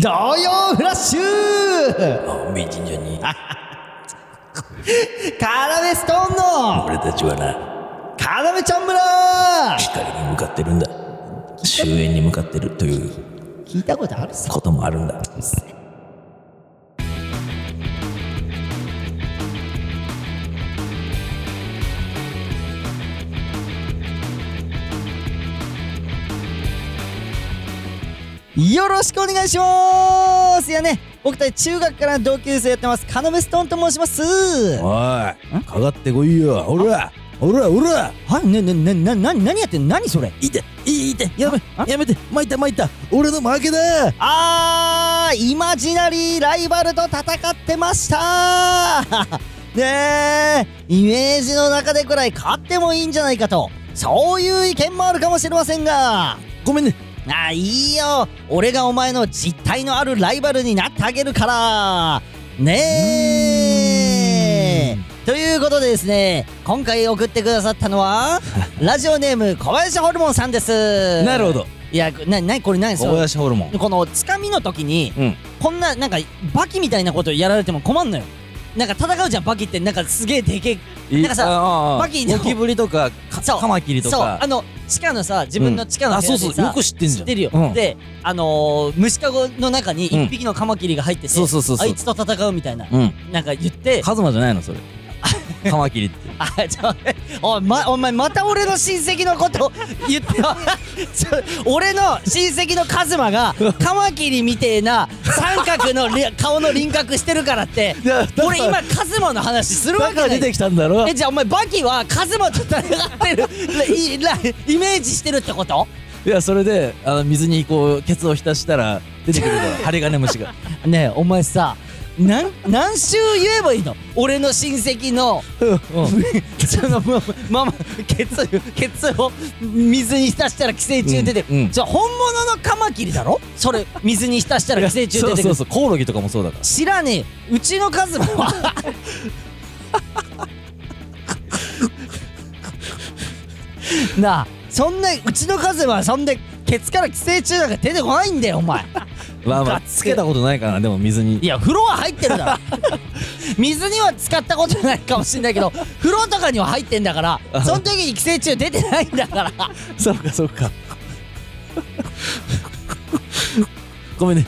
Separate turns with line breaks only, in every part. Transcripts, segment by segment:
童謡フラッシュ
青梅神社に
カラメストーンの
俺たちはな
カラメちゃん村
光に向かってるんだ終焉に向かってるという
聞いたことあるさ
こともあるんだ
よろしくお願いしますいやね僕たち中学からの同級生やってますカラメストーンと申します
おいかかってこいよほらほらほら
はいねねねなな何やってんの何それ
いていいてや
あ
めやめてまいたまいた俺の負けだ
あーイマジナリーライバルと戦ってました ーねえイメージの中でくらい勝ってもいいんじゃないかとそういう意見もあるかもしれませんが
ごめんね
あいいよ俺がお前の実体のあるライバルになってあげるからねえということでですね今回送ってくださったの はラジオネーム小林ホルモンさんです
なるほど
いやななこれ何そ
小
う
林ホルモン
このつかみの時に
うん
こんななんかバキみたいなことやられても困んのよなんか戦うじゃんバキってなんかすげえでけえなんかさ
さ
バキの
ゴキブリとかか
そう
カマキリと
そう
か
あの地下のさ自分の地下の
あ
部屋
そう
でさ、
そうよく知ってんじ
知っ
ゃん
てるよ、
うん
であのー虫かごの中に
うん
一匹のカマキリが入ってて、
そうそうそうそう
あいつと戦うみたいな、
うん
なんか言って
カズマじゃないの それカマキ リって
あちょ おい、ま、お前また俺の親戚のこと 言ってよちょ俺の親戚のカズマ がカマキリみてえな三角のり 顔の輪郭してるからって
いやだから
俺今カズマの話するわけない
きたんだろ
えじゃあお前バキはカズマと戦ってる いいらイメージしてるってこと
いやそれであの水にこうケツを浸したら出てく るから針金虫が
ねえお前さなん何週言えばいいの俺の親戚の
うん
そのまままケツケツを水に浸したら寄生虫出てく
うんう
る
ん
じゃあ本物のカマキリだろそれ水に浸したら寄生虫
そ
出
う
てく
そう
る
そうコオロギとかもそうだから
知らねえうちのカズマは なあそんなうちのカズマはそんでケツから寄生虫なんか出てこないんだよお前
まあま
ガッ
あ
ツ
つけたことないからなでも水に
いや風呂は入ってるだろ水には使ったことないかもしれないけど風呂とかには入ってんだからその時に寄生虫出てないんだから
そうかそうかごめんね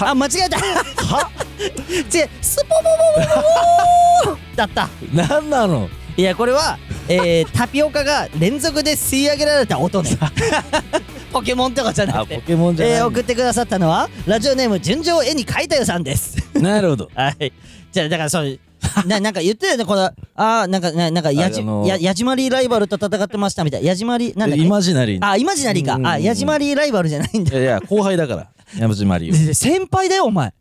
あ間違えたは違うスポポポポポポだった
なんなの
いやこれは、えー、タピオカが連続で吸い上げられた音ねポケモンとかじゃな
あ
くて
ポケモンじゃない
えー送ってくださったのはラジオネーム純情絵に描いたよさんです
なるほど
はい。じゃあ、だから、そう、な、 なんか言ってたよね、この、ああ、なんか、ななんか、やじ、
あの
や、やじまりライバルと戦ってましたみたいな。やじまり、なんだっけ
イマジナリー
あ、イマジナリー
うんうん
か。
うん
あ、やじまりライバルじゃないん
い
だ。
やいや後輩だから山島マリオ
で 先輩だよ、お前。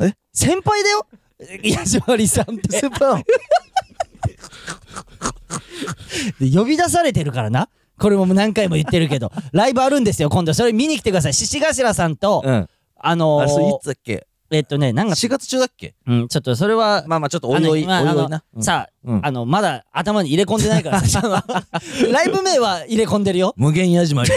え
先輩だよ。 やじまりさんって。
スパ ン
で呼び出されてるからな。これももう何回も言ってる けど、ライブあるんですよ、今度。それ見に来てください。獅子頭さんと、
うん
あの
あ
ー
れそれいつだっけ
えっとね、なんか、
4月中だっけ
うん、ちょっとそれは、
まあまあちょっとおいおいおい
あの今
おい
あ
な
のさあ、
うん
あの、まだ頭に入れ込んでないからさ、 ライブ名は入れ込んでるよ。
無限矢島リ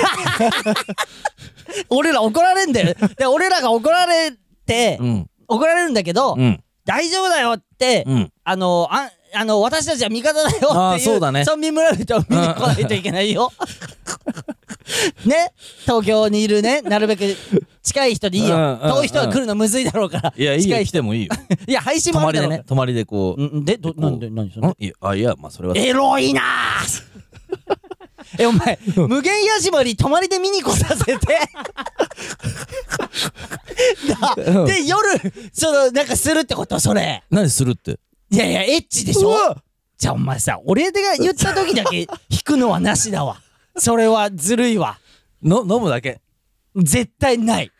俺ら怒られんだよ。 で、俺らが怒られ て、
うん
怒られるんだけど、
うん
大丈夫だよって、
うん
あの、あん、あの、私たちは味方だよっていう、
あーそうだね
村民村人を見に来ないといけないよ。ね、東京にいるね、なるべく近い人でいいよ。
うんうんうん
遠い人は来るのむずいだろうから。
いやいい
近
よ
い
来
人。
てもいいよ
いや、配信
泊
もあ
ま
るだ
りで
ろう
ね泊まりでこう
うんで、ど、
こう
なんで、何それ
ん。いやあいやまあそれは
エロいなえ、お前、無限ヤジマリ泊まりで見に来させて。な
うん
で、夜、その、なんかするってことそれ。
何するって
いやいや、エッチでしょじゃあお前さ、俺が言った時だけ 引くのはなしだわ。それはずるいわ。
の飲むだけ
絶対ない。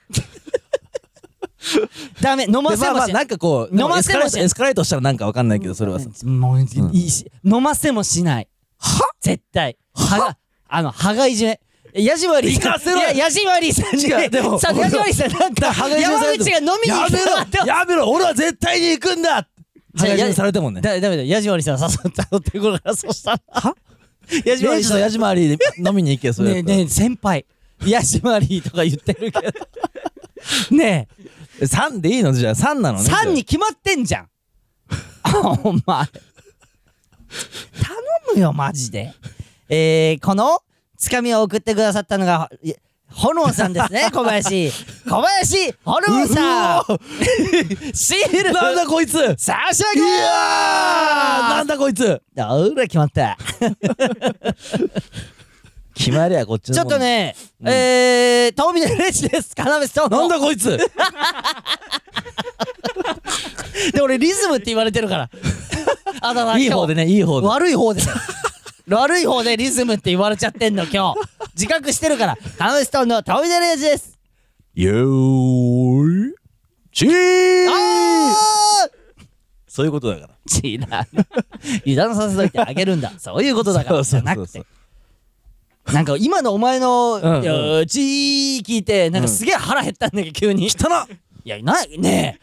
ダメ、飲ま
で
せ
まあま
もし
あな
ない。
んかこう
飲ませもし
エスカレートエスカレートしたらなんかわかんないけどそれはさ
もう、いいし、飲ませもしない。は絶対。はが、あの、歯がいじめ。ヤジマリーさん。
行かせろ
いや、ヤジマリーさんに
違うでも
さ、ヤジマリーさんなんか、
羽交い締めさ
山
れて
口が飲みに行
や
く
めろやめろ俺は絶対に行くんだ
じゃあ
話にされてもね
だ、だめだ、ヤジマリーさん誘ったのってことから、そしたら。は
矢島
レ
リ
イジ
ーと矢島リーで飲みに行け、それ
ね
や
え
ったら
ねえ先輩ヤシマリーとか言ってるけ どねえ
え3でいいのじゃあ3なのね。
3に決まってんじゃ んお前頼むよマジでえー、このつかみを送ってくださったのがいホルモンさんです ね小林小林ホルモンさんシール
じゃあ。なんだこいついやー
差し上げ
な
ま
んだこいつ
すほら決まった
決まりゃこっちの
ちょ
も
っ
ん
と。ね、えー、トーミネレッジです。カナメストーン。
なんだこいつ
で、俺リズムって言われてるから。 あだ名
いい方でね、いい方で。
悪い方で。 悪い方でリズムって言われちゃってんの、今日。自覚してるから。カナメストーンのトーミネレッジです。
よーい。チー
あー
そういうことだから。
違う。油断させといてあげるんだ。そういうことだから。
そうそうそうそう
じゃなくて。なんか今のお前の、
んうん
いやうち聞いて、なんかすげえ腹減ったんだけど、急に。
汚っ
いや、ない、ね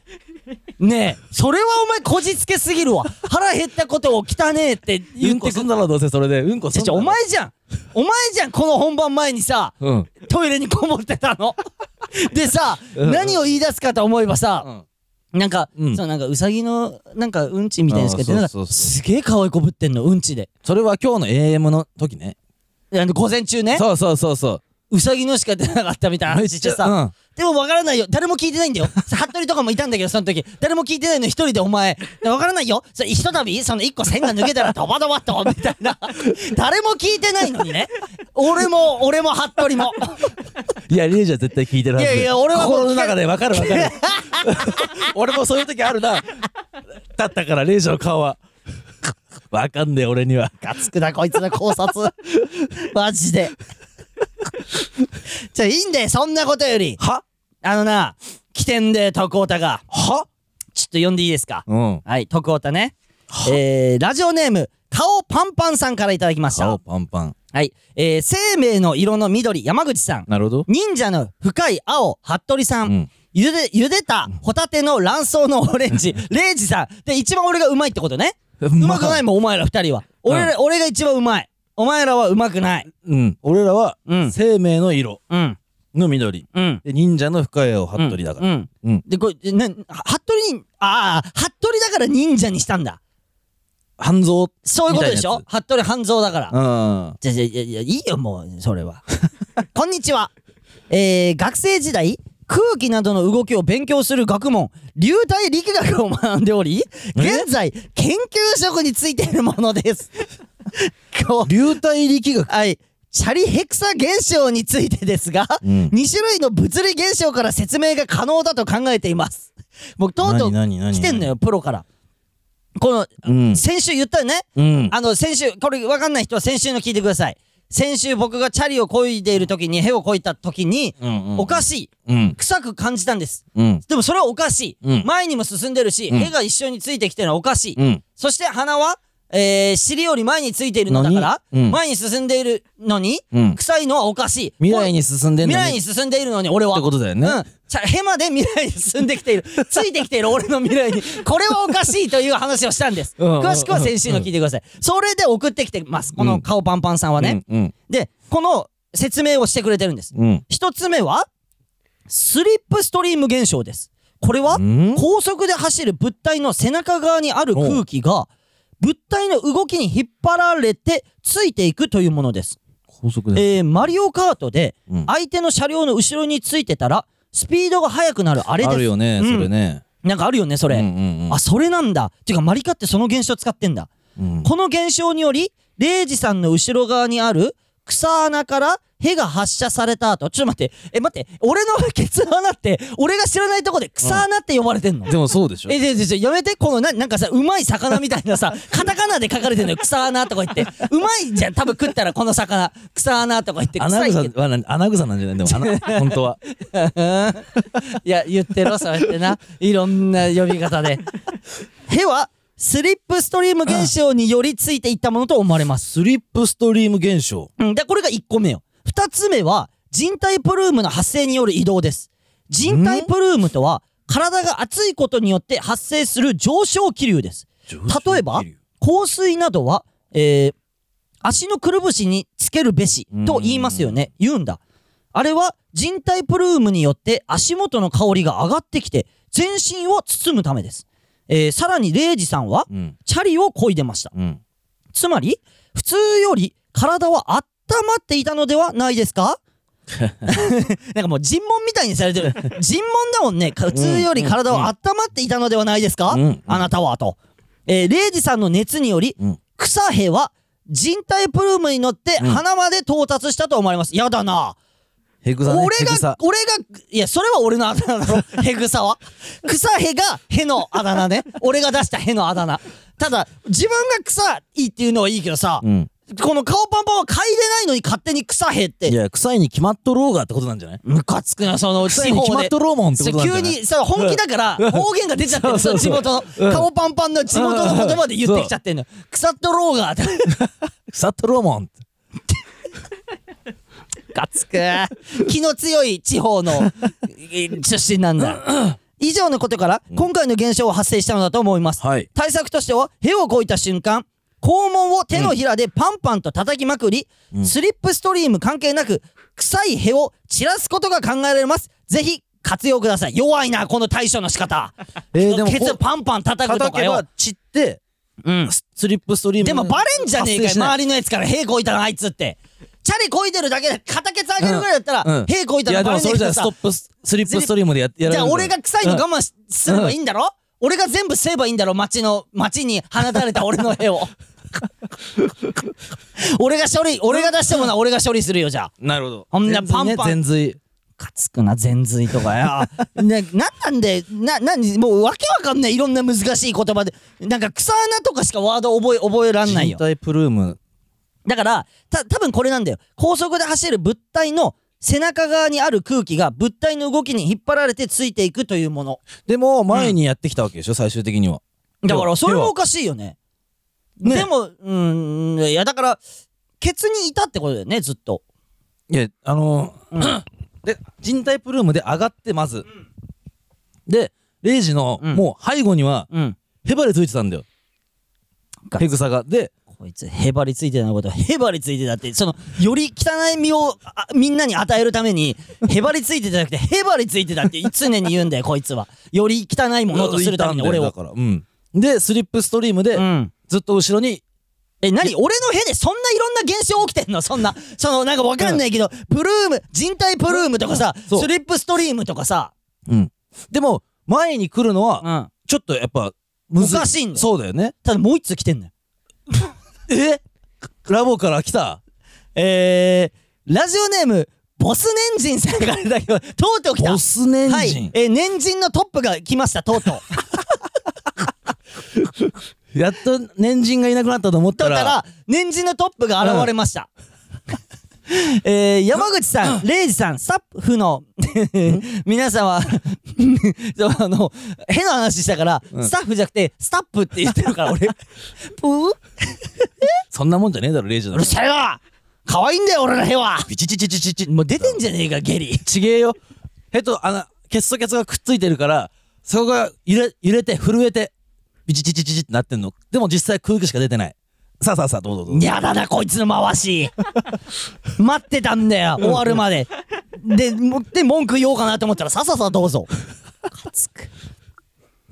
え。ねえ、それはお前こじつけすぎるわ。腹減ったことを汚ねえって
う
言
ん
って
こ
く
す
る
ん。だろ、どうせそれで。うんこす
ちょ
ん
ち
だ
ょ
ろ。
お前じゃん。お前じゃん、この本番前にさ、
うん。
トイレにこもってた の。でさ、
うん
何を言い出すかと思えばさ、なんか、
うん
そのなんかうさぎの、なんかうんちみたいなやつけて、
あー
なん
そ
か
うそうそう
すげえ可愛い子ぶってんの、うんちで。
それは今日の AM の時ね。
あの午前中ね、
そうそうそうそう。
うさぎのしか出なかったみたいな話してさ、
うん。
でも分からないよ。誰も聞いてない んだよ。さ服部とかもいたんだけど、その時。誰も聞いてないの一人でお前。分からないよ。それひとたび、その一個線が抜けたらドバドバっと、みたいな。誰も聞いてないのにね。俺も、俺も服部も。
いや、リエジは絶対聞いてるはず
いやいや俺はもう
心の中でわかるわ かる。俺もそういう時あるな。だったから、レイジの顔は。わかんねえ、俺には。
ガツくな、こいつの考察。 マジで。じゃいいんだよ、そんなことより。
は
あのな、起点で徳太が、
は
ちょっと呼んでいいですか
うん。
はい、徳太ね。えー、ラジオネーム、顔パンパンさんからいただきました。
顔パンパン。
はい。えー、生命の色の緑、山口さん。
なるほど。
忍者の深い青、服部さん。
うん
ゆで、ゆでたホタテの卵巣のオレン ジ、レイジさん。で、一番俺がうまいってことね。
う
うまくないもん、お前ら二人は。俺ら、俺が一番うまい。お前らはうまくない。
うん。俺らは、
うん
生命の色
うん。
の緑。
うん。
で、忍者の深いを服部だから。
うん。
うん。
で、これ、な、服部に、ああ、服部だから忍者にしたんだ。
半蔵。
そういうことでしょ
み
服部半蔵だから。
うん。
じゃじゃいやいやいいよもうそれは こんにちはえー、学生時代空気などの動きを勉強する学問流体力学を学んでおり現在研究職についているものですこう
流体力学。
はいチャリヘクサ現象についてですが、
うん
2種類の物理現象から説明が可能だと考えています僕とうとう
何何何
来てんのよプロからこの、
うん。
先週言ったよね
うん。
あの、先週、これ分かんない人は先週の聞いてください。先週僕がチャリを漕いでいる時に、ヘを漕いた時に、
うんうん
おかしい。
うん。
臭く感じたんです。
うん。
でもそれはおかしい。
うん
前にも進んでるし、
うん
ヘが一緒についてきてるのはおかしい。
うん。
そして鼻は、えー、尻より前についているのだから、
のにうん
前に進んでいるのに、
うん
臭いのはおかしい。
未来に進んでんの
未
に
来に進んでいるのに、俺は。
ってことだよね
うん。ちゃヘまで未来に進んでき ている。ついてきている俺の未来に。これはおかしいという話をしたんです。
うんうんうん
詳しくは先週の聞いてください。それで送ってきてます。この顔パンパンさんはね。
うん
で、この説明をしてくれてるんです。
うん
一つ目は、スリップストリーム現象です。これは
ん、
高速で走る物体の背中側にある空気が、物体の動きに引っ張られてついていくというものです。
高速で
えーマリオカートで
うん
相手の車両の後ろについてたらスピードが速くなるあれです
あるよね
うん
それね
なんかあるよねそれ、
うんうんうん
あそれなんだっていうかマリカってその現象使ってんだ、
うん
この現象によりレイジさんの後ろ側にある草穴からヘが発射された後ちょっと待ってえ待って俺の ケツ穴って俺が知らないとこで草穴って呼ばれてんの、
でもそうでしょ
え、で、で、で、やめて、この、な、なんかさ、うまい魚みたいな さ、カタカナで書かれてんのよ、草穴とか言って。うまいじゃん、多分食ったらこの魚、草穴とか言って、
ア
臭
ナ
い
グ
け
サ
ど
は何アナグサなんじ ゃないでもあの本当は
うんいや、言ってろ、そうやってな。いろんな呼び方 で。へは、スリップストリーム現象によりついていったものと思われます。
スリップストリーム現象
うん、で、これが1個目よ。2つ目は、人体プルームの発生による移動です。人体プルームとは、体が熱いことによって発生する上昇気流です。例えば、香水などは、えー足のくるぶしにつけるべしと言いますよね。言うんだ。あれは人体プルームによって足元の香りが上がってきて全身を包むためです。えーさらにレイジさんは
うん。
チャリを漕いでました。
うん。
つまり、普通より体は温まっていたのではないです かなんかもう尋問みたいにされてる。尋問だもんね。か普通より体は温まっていたのではないですか、
うん
あなたはと。えー、レイジさんの熱により、
うん
草兵は人体プルームに乗って
うん
鼻まで到達したと思われます。やだな。
ヘグザね。
俺
ヘグ
が
ザ、
俺が、いや、それは俺のあだ名だろ。 ヘグサは。草ヘがヘのあだ名ね。俺が出したヘのあだ名。ただ、自分が草いいっていうのはいいけどさ、
うん。
この顔パンパンは嗅いでないのに勝手に草ヘっ
い
て、
や、臭いに決まっとろうがってことなんじゃない
ムカつくな、その
臭
地
いに決
方
まっ
で。
とろうもんってことなんじゃ
急
ない
に、それ本気だから、方言が出ちゃってる、そ
そう
の地
そうそう
元
う
の。
ん
顔パンパンの地元の言葉で言ってきちゃってんの。草っとろうがって。
腐っとろうもんって。
ガツく気の強い地方のえ出身なんだ以上のことから今回の現象は発生したのだと思います、
はい。
対策としては屁をこいた瞬間肛門を手のひらでパンパンと叩きまくり、スリップストリーム関係なく臭い屁を散らすことが考えられますぜひ活用ください弱いなこの対処の仕方
えー、でも
ケツ
こ
をパンパン
う、
叩くと
叩
か
け
よ
ば散って、
うん
ススリップストリーム。
でもバレんじゃねえかよ、
発生しない
周りのやつから、屁こいたのあいつって。チャリこいでるだけで、片ケツ上げるぐらいだったら、
うん
屁こいた
い
の
や、で
バ
も
レね
そ
えけ
れじゃ
ど
あス
さ
トッ。プス、スリップストリームでややら
じ
れ
ゃ
る
あ
んだ
俺が臭いの我慢しすればいいんだろ俺が全部吸えばいいんだろ街の、街に放たれた俺の屁を。 俺が処理、俺が出したものは俺が処理するよ、じゃあ。
なるほど。
ほんならパンパン
全髄ね。
かつくな、全髄とか よ。な、なんなんで、な、なに、もうわけわかんない、いろんな難しい言葉で。なんか草穴とかしかワード覚え、覚えらん
全
ない
髄。
よ
人。体プルーム。
だから、た、多分これなんだよ。高速で走る物体の背中側にある空気が物体の動きに引っ張られてついていくというもの。
でも、前にやってきたわけでしょ、最終的には。
だから、それ
で
も
は
おかしいよね。
ね
でも、うーん、いや、だから、ケツにいたってことだよね、ずっと。
いや、あのー で、人体プルームで上がって、まず。で、レイジの、
うん
もう背後には、
うん。
ヘバレついてたんだよ
ガ。ツ
ヘグサが。で、
こいつ、へばりついてたのこと、へばりついてたって、その、より汚い身をあみんなに与えるために、へばりついてたじゃなくて、へばりついてたって常に言うんだよ、こいつは。より汚いものとするために俺
い
を
た。んだよだから、うん。で、スリップストリームで、
うん。
ずっと後ろに、
え、何俺の部でそんないろんな現象起きてんのそんな、その、なんかわかんないけど、プルーム、人体プルームとかさ、
そう
スリップストリームとかさ、
うん。でも、前に来るのは、
ん。
ちょっとやっぱ、難
おかしいんだよ
そうだよね。
ただもう一通来てんのよ。
えラボから来た
えー、ラジオネーム、ボスネンジンさんからいただきましたとうとう来た。
ボスネンジン。
はい。えー、年人のトップが来ました、とうとう。
やっと年人がいなくなったと思っ
だ
たら、
から、年次のトップが現れました。えー山口さん、レイジさん、スタッフの皆さん は、そうあの、変な話したから、スタッフじゃなくて、スタッフって言ってる から、俺、ぷー
そんなもんじゃねえだろ、レイジ
う
だろ
る。さいわ可愛いんだよ、俺のヘは
ビチチチチチチ。
もう出てんじゃねえか、ゲリ。
ちげえよ。ヘと、あの、ケツとケツがくっついてるから、そこが揺れ、揺れて、震えて、ビチチチチチってなってんの。でも実際空気しか出てない。さあさあさあ、どうぞどうぞ。
やだな、こいつの回 し。待ってたんだよ、終わるまで。で、持って文句言おうかなと思ったら、さささどうぞ。かつく。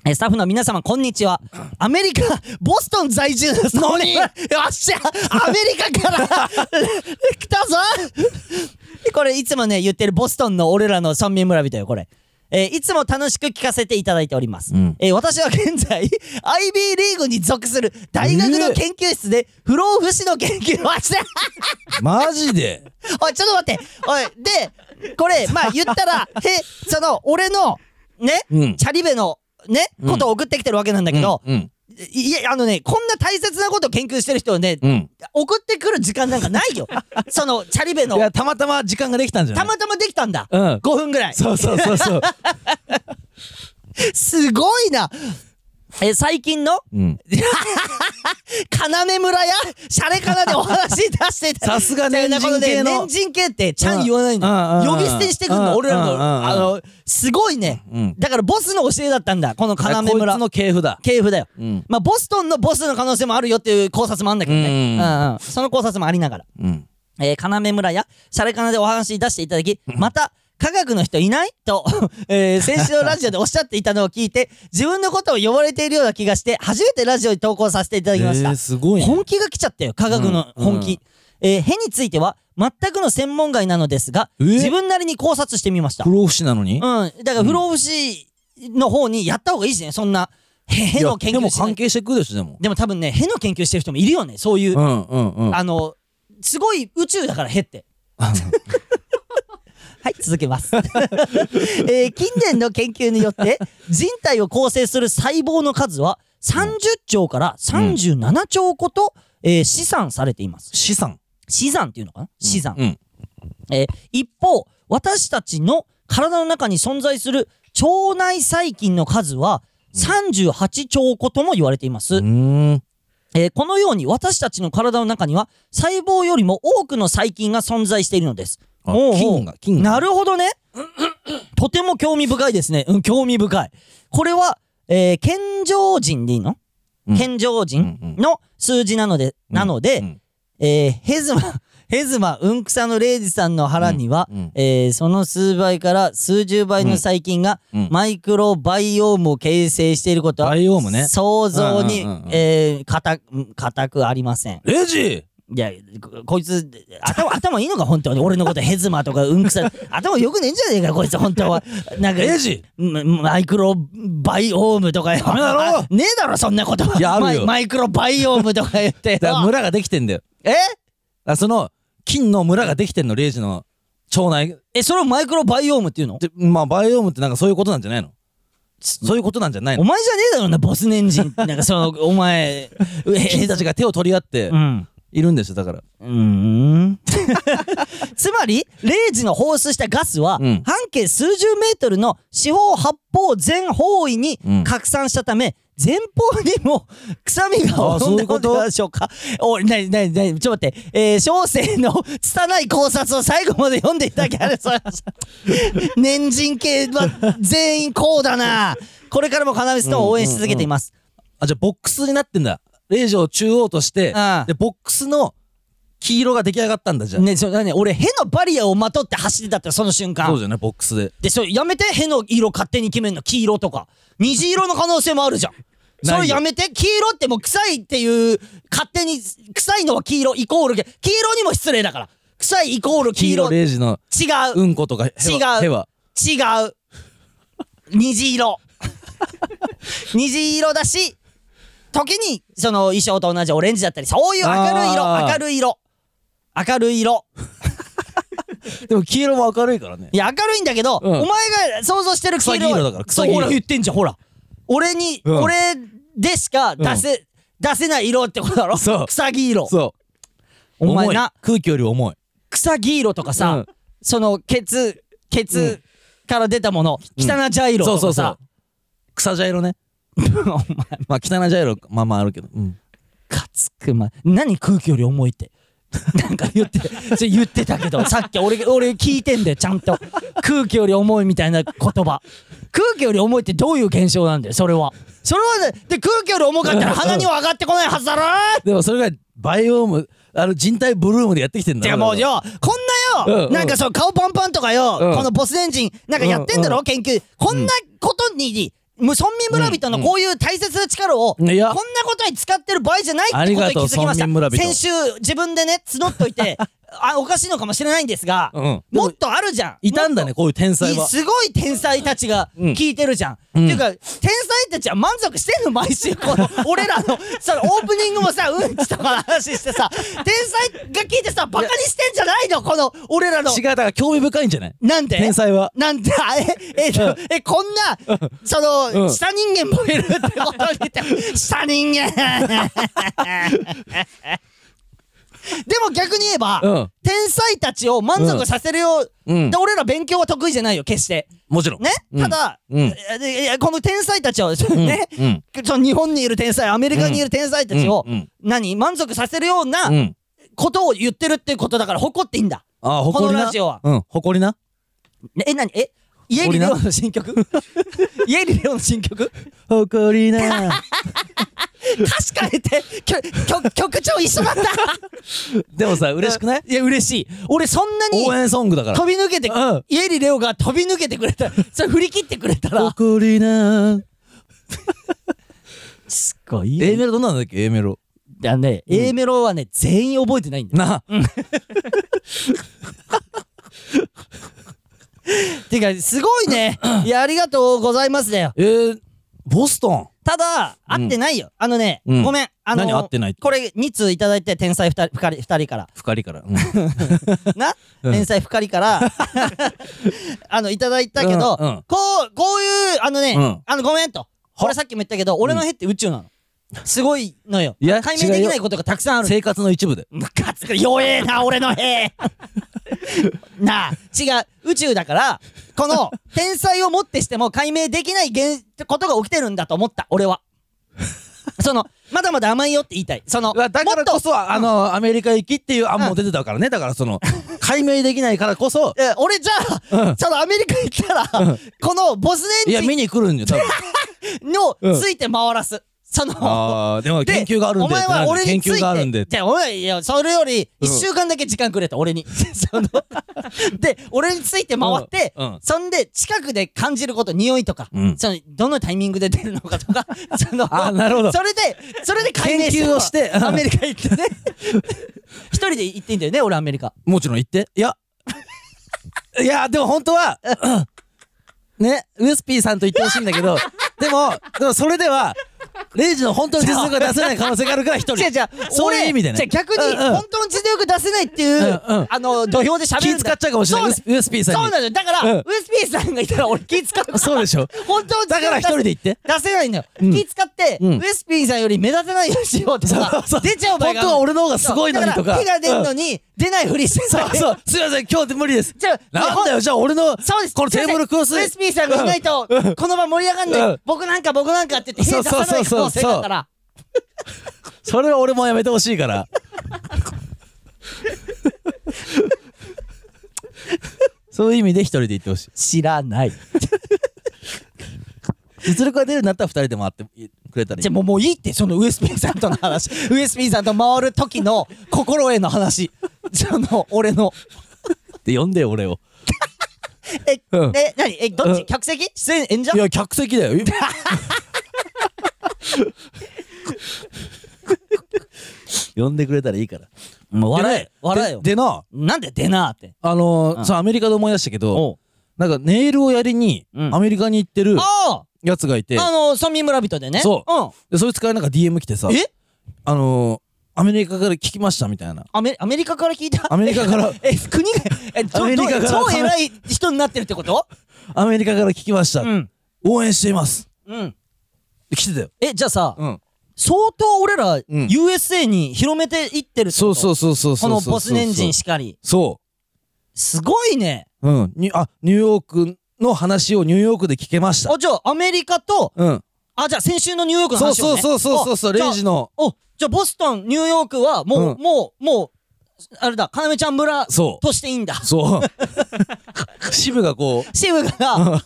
えスタッフの皆様、こんにちは。アメリカ、ボストン在住のスタッフでよっしゃアメリカから 来たぞこれ、いつもね、言ってるボストンの俺らの村民村人よ、これ。えーいつも楽しく聞かせていただいております。
うん
えー私は現在、アイビーリーグに属する大学の研究室で不老不死の研究をして、
マジで。
おい、ちょっと待って。おい、で、これ、まあ言ったら、へ、その、俺の、ね、
うん
チャリベの、ね、ことを送ってきてるわけなんだけど、
うん。
いや、あのね、こんな大切なことを研究してる人をね、
うん。
送ってくる時間なんかないよ。その、チャリベの
い、や、たまたま時間ができたんじゃな
た
い
またまできたんだ。
うん
5 分ぐらい。
そうそうそうそう。
すごいな。え最近の
うん。
要村やシャレかなでお話出していた
さすが
みたいなことで
年人系の
年人系ってちゃん言わないんだ
うんうん
呼び捨てにしてくん
う
の
ん
俺ら
うん
のあのすごいね
うん。
だからボスの教えだったんだこの要
こい
村
つの系譜だ。
系譜だよ
うん。
まあボストンのボスの可能性もあるよっていう考察もあるんだけどね
うん
うんうんその考察もありながら
うん。
えー、要村やシャレカナでお話し出していただき、また、科学の人いないと、 えー先週のラジオでおっしゃっていたのを聞い て、自分のことを呼ばれているような気がして、初めてラジオに投稿させていただきました
えー。すごいね。
本気が来ちゃったよ、科学の
うん
本気。
うん
えー、へについては、全くの専門外なのですが、
えー
自分なりに考察してみました。
不老不死なのに
うん。だから、不老不死の方にやった方がいいしね、そんな、へ、への研
いやで
究
も
しな
関
い
係してくるでしょ、でも。
でも多分ね、への研究してる人もいるよね、そういう
う。んうんうん。
あの、すごい宇宙だから減って。はい、続けます。え ー近年の研究によって、人体を構成する細胞の数は30兆から37兆個と、えー試算されています。
資産。
試算っていうのかな試算。
うん。
えー一方、私たちの体の中に存在する腸内細菌の数は38兆個とも言われています。
うん。
えーこのように私たちの体の中には細胞よりも多くの細菌が存在しているのです。
あ
おうおう
菌が菌が
なるほどね。とても興味深いですね。うん、興味深い。これは、えー健常人でいいの、
うん
健常
う
人
ん
の数字なので、なので、
うん
えーヘズマ、 ヘズマ、うんくさのレイジさんの腹には、
うんうん
えーその数倍から数十倍の細菌が、
うん
マイクロバイオームを形成していることは、
バイオームね
想像に、
うんうんうんうん
えー固く、固くありません。
レジ
いや、ここいつ、頭、頭いいのか、本当に。俺のこと、ヘズマとか、うんくさ、頭よくねえんじゃねえか、こいつ、本当は。なんか、
レジ
まマイクロバイオームとかよ。
ダメだろ
あねえだろ、そんなこと。
いやあ
マ
るよ
イマイクロバイオームとか言って。
だから村ができてんだよ。
え
あその、菌の村ができてんの、レジの腸内。
え、それをマイクロバイオームっていうの
で、まあ、バイオームってなんかそういうことなんじゃないのそういうことなんじゃない
お
の
前じゃねえだろな、ボス年人。なんか、その、お 前、う
菌
え、
たちが手を取り合って
うん。
いるんですよ、だから。
うーんつまり、レイジの放出したガスは、
うん
半径数十メートルの四方八方全方位に
うん
拡散したため、前方にも 臭みが
あー
及
そ
ん
うい
だ
う
の
こ
で
と
はしょうか。おい、なになになに、ちょっと待って、えー、小生の 拙い考察を最後まで読んでいただきありがとうございま した。年人系は全員こうだな。これからもカナビストを応援し続けています。
あ、じゃあボックスになってんだ。レジを中央として
ああ、
で、ボックスの黄色が出来上がったんだ、じゃあ。
ね、そ、なに、俺、へのバリアをまとって走ってたって、その瞬間。
そうじゃない、ボックスで。
で、それやめて、への色勝手に決めんの。黄色とか。虹色の可能性もあるじゃん。
な
そ
いよ
れやめて、黄色ってもう臭いっていう、勝手に、臭いのは黄色イコール、黄色にも失礼だから。臭いイコール黄
黄
色。
色
違う。
レジのうんことか、へは
違う
へは。
違う。虹 色。虹色だし、時に、その衣装と同じオレンジだったり、そういう明るい
あ
色、
ー
明るい色。明るい色。
でも黄色も明るいからね
い。や、明るいんだけど、
うん
お前が想像してる
草
黄
木
色は
色だから草
そう
木色
ほら、言ってんじゃん、ほら。俺に、
うん
俺でしか出せ、出せない色ってことだろ
そう
草木色。
そ
お
う。
前
重い
な、。
空気より重い。
草木色とかさ、
うん
その、ケツ、ケ
う
ツから出たもの、汚茶色と
そ
か
うそうそう
さ、。
草茶色ね。
お前、
まあ、汚い茶色、まあまああるけど。うん。
かつくま、何空気より重いって。 なんか言って、それ言ってたけど、さっき俺、俺聞いてんだよ、ちゃんと。空気より重いみたいな言葉。空気より重いってどういう現象なんだよ、それは。それはね、で、空気より重かったら鼻には上がってこないはずだろ
でもそれがバイオーム、あの人体ブルームでやってきてんだ
てかもう
だか
よ、こんな
うん
よ、
うん
なんかそう、顔パンパンとかよ、
うん
このボスエンジン、なんかやってんだろ、
うん
研究。こんなことに、無村民村人のこういう大切な力を、
うんいや
こんなことに使ってる場合じゃないってことに気づきま
ありがとう村民村
した。
人
先週、自分でね、募っとい て、あ、おかしいのかもしれないんですが、
うん
もっとあるじゃん。
らいたんだね、こういう天才
い
は。
すごい天才たちが
うん
聞いてるじゃん。
ん
っていうか、天才たちは満足してんの毎週、 この、俺らの、そのオープニングもさ、うんちとかの話してさ、天才が聞いてさ、バカにしてんじゃないのこの、俺らの。
違う、だから興味深いんじゃない
なんで
天才は。
なんだえ、え、え、こんな、その、
うん
下人間もいるってことにって、下人間でも逆に言えば、
うん。
天才たちを満足させるよう、
うん
で。俺ら勉強は得意じゃないよ決して
もちろん。
ね、
うん
ただ、
うん
いやいやこの天才たちを、
うん。
ね
うん。
その日本にいる天才アメリカにいる天才たちを、
うんうん
何満足させるよう
う。
なんことを言ってるっていうことだから誇っていいんだ、
ああ、誇りな。
このラジオは
うん、誇りな。
ねえ何え家入レ オの新曲家入レオの新曲
誇 りな。
確かにて曲曲曲調一緒だった
でもさ、嬉しくない
いや嬉しい俺そんなに
応援ソングだから。
飛び抜けて、
うん
家入レオが飛び抜けてくれたそれ振り切ってくれたら
誇りな。
すごい
A メロどんなんだっけ ?A メロ。
だね、A メロはね全員覚えてないんだよ
なあ。
ていうかすごいねいやありがとうございますだよ
えー、ボストン。
ただ
うん
合ってないよ、あのね、
うん
ごめんあの
何合ってないって
これ2通いただいて天才 2, 人二人 から
ふかりから。うん
な、
うん
天才深りから あのいただいたけど、
うんうん
こうこういうあのね、
うん
あのごめんとこれさっきも言ったけど俺のヘって宇宙なの、すごいのよ
いや
解明できないことがたくさんある
生活の一部で。
ムカつく弱えな俺の 兵なあ違う宇宙だからこの天才をもってしても解明できない現ことが起きてるんだと思った俺 はそのまだまだ甘いよって言いたいその
うわだからこそ、
も
あ、
っ
の、アメリカ行きっていう案も出てたからね。だからその、解明できないから こそ、
とうんえ俺じゃあ、
うん
そのアメリカ行ったら、このボス
いや、
エン
見に来るんよ、多分。
ジンの
うん
ついて回らすその
あ あ、でも研究があるんで。
お前は俺について
研究があるんで。
じゃあお前いやそれより
うん
1週間だけ時間くれと俺 にそので俺について回って、
うんうん
そんで近くで感じること匂いとか、
うん
そのどのタイミングで出るのか とかその
あなるほど
それでそれで解明
研究をして
アメリカ行ってね 一人で行っていいんだよね俺アメリカ
もちろん行って。いや。 いや、でも本当は、ね、ウエスピーさんと言ってほしいんだ けど、でも、でもそれでは、レイジの本当の実力が出せない可能性があるから一人。
違う違う
そういう意味でね
俺じゃあ逆に
うんうん
本当の実力出せないっていう、
うんうん
あの土俵で喋るんだ
気使っちゃうかもしれない
そう。
ウエスピーさんに。
そうなんだよだから、
うん
ウエスピーさんがいたら俺気使う
そうでしょ。
本当の
だから一人で行って。
出せないんだよ、
ん
気使って、
うん
ウエスピンさんより目立たないようにしようとか
そうそう
出ちゃう場合
本
が
当は俺の方がすごいのにとか。
手が出るのに、出ないふりして
うんそう、すいません、今日無理です。
じゃあ
なんだよ、じゃあ俺の、
そうです
このテーブルクロス。
ウエスピンさんがいないと、この場盛り上がんない、
うん
僕なんか僕なんかって言って手出さない可能性だから
それは俺もやめてほし いから。そういう意味で一人で行ってほしい。
知らない
実力が出るんだったら二人でも会ってくれたらいい
じゃあ。もうもういいってそのウエスピンさんとの話 ウエスピンさんと回る時の心への話その俺の
って呼んでよ、俺を。
え、
うん
え何えどっち、
うん
客席出演演者
いや、客席だよ。呼んでくれたらいいから。も う
笑え笑えよ
ででな、
なんで出なーって
あのー
うん
そう、アメリカで思い出したけど、
おう
なんかネイルをやりに、
うん
アメリカに行ってる
ああ
やつがいて、
あの、村民村人でね。。
そうでそいつからなんか DM 来てさ
ん。、え
あのー、アメリカから聞きましたみたいな。
アメアメリカから聞いた
アメリカから
え、国が、え、ちょ
アメリカから
どう超偉い人になってるってこと
アメリカから聞きました。
ん。
応援しています。
うん。
来てたよ。
え、じゃあさ、
ん。
相当俺ら、
ん
USA に広めていってるってこと
そうそううそうそう
こ
そうそう
のボスネンジンしかり。
そう。
すごいね。
うん。に、あ、ニューヨークの話をニューヨークで聞けました。
あ、じゃあ、アメリカと、
うん。
あ、じゃあ、先週のニューヨークの
そう
話
そ
を、
う
ね。
そうそうそうそう、
あじゃあ
レイジの。
お、じゃあ、ボストン、ニューヨークは、もう、
うん
もう、もう、あれだ、かなめちゃん村
そう。
としていいんだ。
そう。支部がこう、
シブが、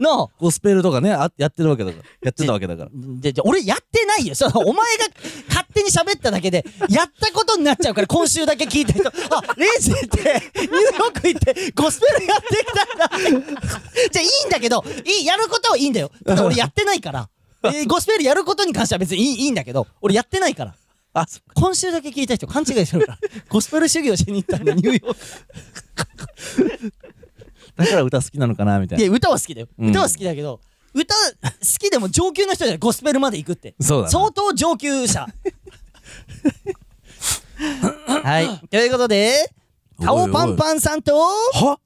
の、
ゴスペルとかね、あやってるわけだから。やってたわけだから。
で、で俺やってないよ。その、お前が勝手に喋っただけで、やったことになっちゃうから、今週だけ聞いた人、あ、レイジって、ニューヨーク行って、ゴスペルやってきたんだ。じゃあ、いいんだけど、いい、やることはいいんだよ。ただ俺やってないから。えーゴスペルやることに関しては別にいいいいんだけど、俺やってないから。
あ、そ
今週だけ聞いた人勘違いしてるから。ゴスペル修行しに行ったんだ、ニューヨーク。
だから歌好きなのかな、みたい
い
な。
や、歌は好きだよ。
うん
歌は好きだけど、歌好きでも上級の人じゃない、ゴスペルまで行くって。
そうだな
相当上級 者。はい。ということで、タオパンパンさんと、
は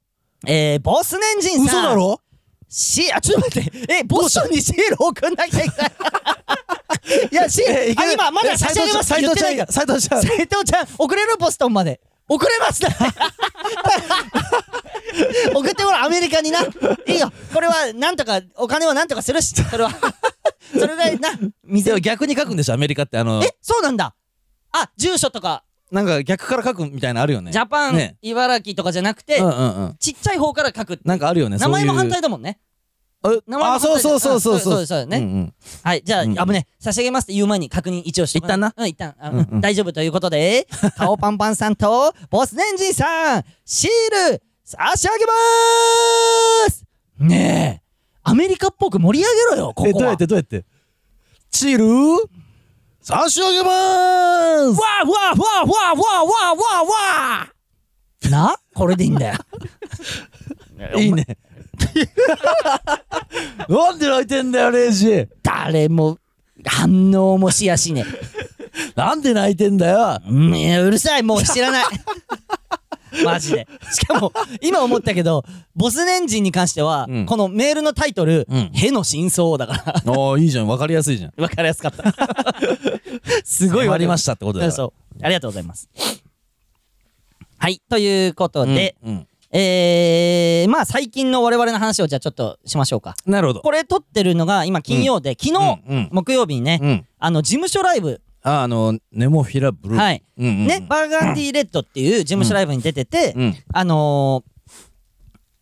えー、ボスネンジンさん。
嘘だろ
し、あ、ちょっと待って。え、ボストンにシール送んなきゃいけない。 いや、し、
えいけ
あ、
る
今、まだ差し上げますって
斉
言って
藤ちゃ
なんいから。
斉藤ち ゃん斉藤ちゃん
斉藤ちゃん、遅れるボストンまで。遅れますだって 送ってほら、アメリカにな。いいよ。これは、なんとか、お金はなんとかするし、それは。 それぐらいな、
で
水
も逆に書くんでしょアメリカってあの
え、そうなんだ。あ、住所とか、
なんか逆から書くみたいなのあるよね
ジャパン
ね、
茨城とかじゃなくて
うん、うんうん
ちっちゃい方から書く。
なんかあるよね
名前も
そうい
反
う
対だもんね。
え
名前も
あそうそうそうそう
そうそうそうね
んん
はい、じゃあ、
うん
危ねえ。差し上げますって言う前に確認一応して
一旦な。
うん、一旦。あ
うんうん
大丈夫ということ で、顔パンパンさんと、ボスネンジンさん、シール、差し上げまーすねえ、アメリカっぽく盛り上げろよ、こ
え
こ
どうや
は
っ。てどうやってチル差し上げまー
わーわーわー
す
わーわーわーわーわーなこれでいいんだよ。
いいねなんで泣いてんだよレイジ
誰も、反応もしやしねえ。
なんで泣いてんだよ
うん、いやうるさい、もう知らない。 マジで。しかも、今思ったけど、ボスネンジンに関しては、
うん
このメールのタイトル、
うん
への真相だから、
おーいいじゃんわかりやすいじゃん
わかりやすか った。すごい
終わりま
し
したってことだ
た。
よ
そう。ありがとうございます。はい、ということで、
うん
えー、まあ最近の我々の話をじゃあちょっとしましょうか。
なるほど
これ撮ってるのが今金曜で、昨日、
うんうん
木曜日にね、
うん
あの事務所ライブ、
ああのネモフィラブルー
はい
うんうんうん
ね、バーガンディレッドっていう事務所ライブに出てて、
うん
あのー、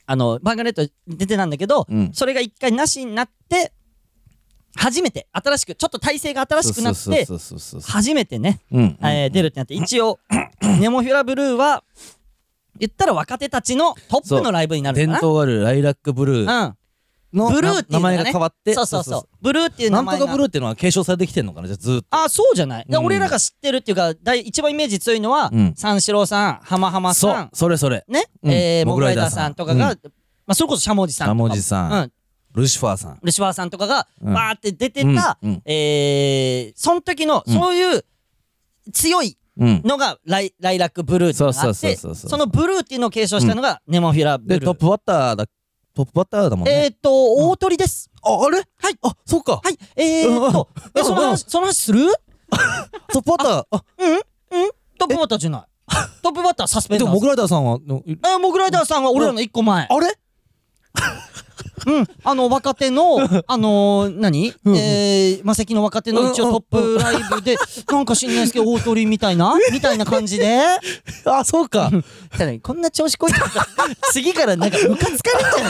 あの、バーガーレッド出てなんだけど、
うん
それが一回なしになって、初めて、新しく、ちょっと体制が新しくなっ
そう
て
そ、うそうそうそう
初めてね、
うんうん
えー出るってなって、一 応、ネモフィラブルーは、言ったら若手たちのトップのライブになる
伝
のか
統あるライラックブルー
な。うん。
の
ブルーってい
名
うのがね
前が変わって
そうそうそう。ブルーっていう名
なん
前
と
が。
かブルーっていうのは継承されてきてんのかなじゃあずーっと
あ、そうじゃない。で
うん
俺らが知ってるっていうか、第一番イメージ強いのは、
うん
三四郎さん、浜浜
そ
さ、
うんそれそれ
ね、
うん
えー、モ
モ
グラ
グラ
イ
イ
ダ
ダ
ー
ー
さ
さ
ん
ん
とかが、
う
まあ、それこそしゃもじさんと
ラ
かも。
モジさ
うん
んルシファーさん
ルシファーさんとかが、
うん
バーって出てた、
うんうん
えー、その時の、
うん
そういう、強い
うん
のがライ、ライラックブルーっていうのがあっ
そう
て、
そうそうそうそう
そのブルーっていうのを継承したのが、ネモフィラブ
で
ル
トッ
ー。
プバッターだトップバッターだもん
え
ね
ーっと、大鳥です。
ああれはいあそうか
はい、えーっと、
うん
え、その話、その話する
トップバッターあ
トップバッターじゃない。トップバッターサスペン
で
ダ
も
ー
モ
ズ。
グライダーさんはの
えー、モグライダーさんは俺らの一個前。
あれ
うん、あの若手 の、あのー、何
うん
えー、魔石の若手の一応トップライブ で、なんか知んないですけど、大鳥みたいなみたいな感じで。
あそうか
ただねこんな調子こ いてたら、次からなんかムカつかれんじゃな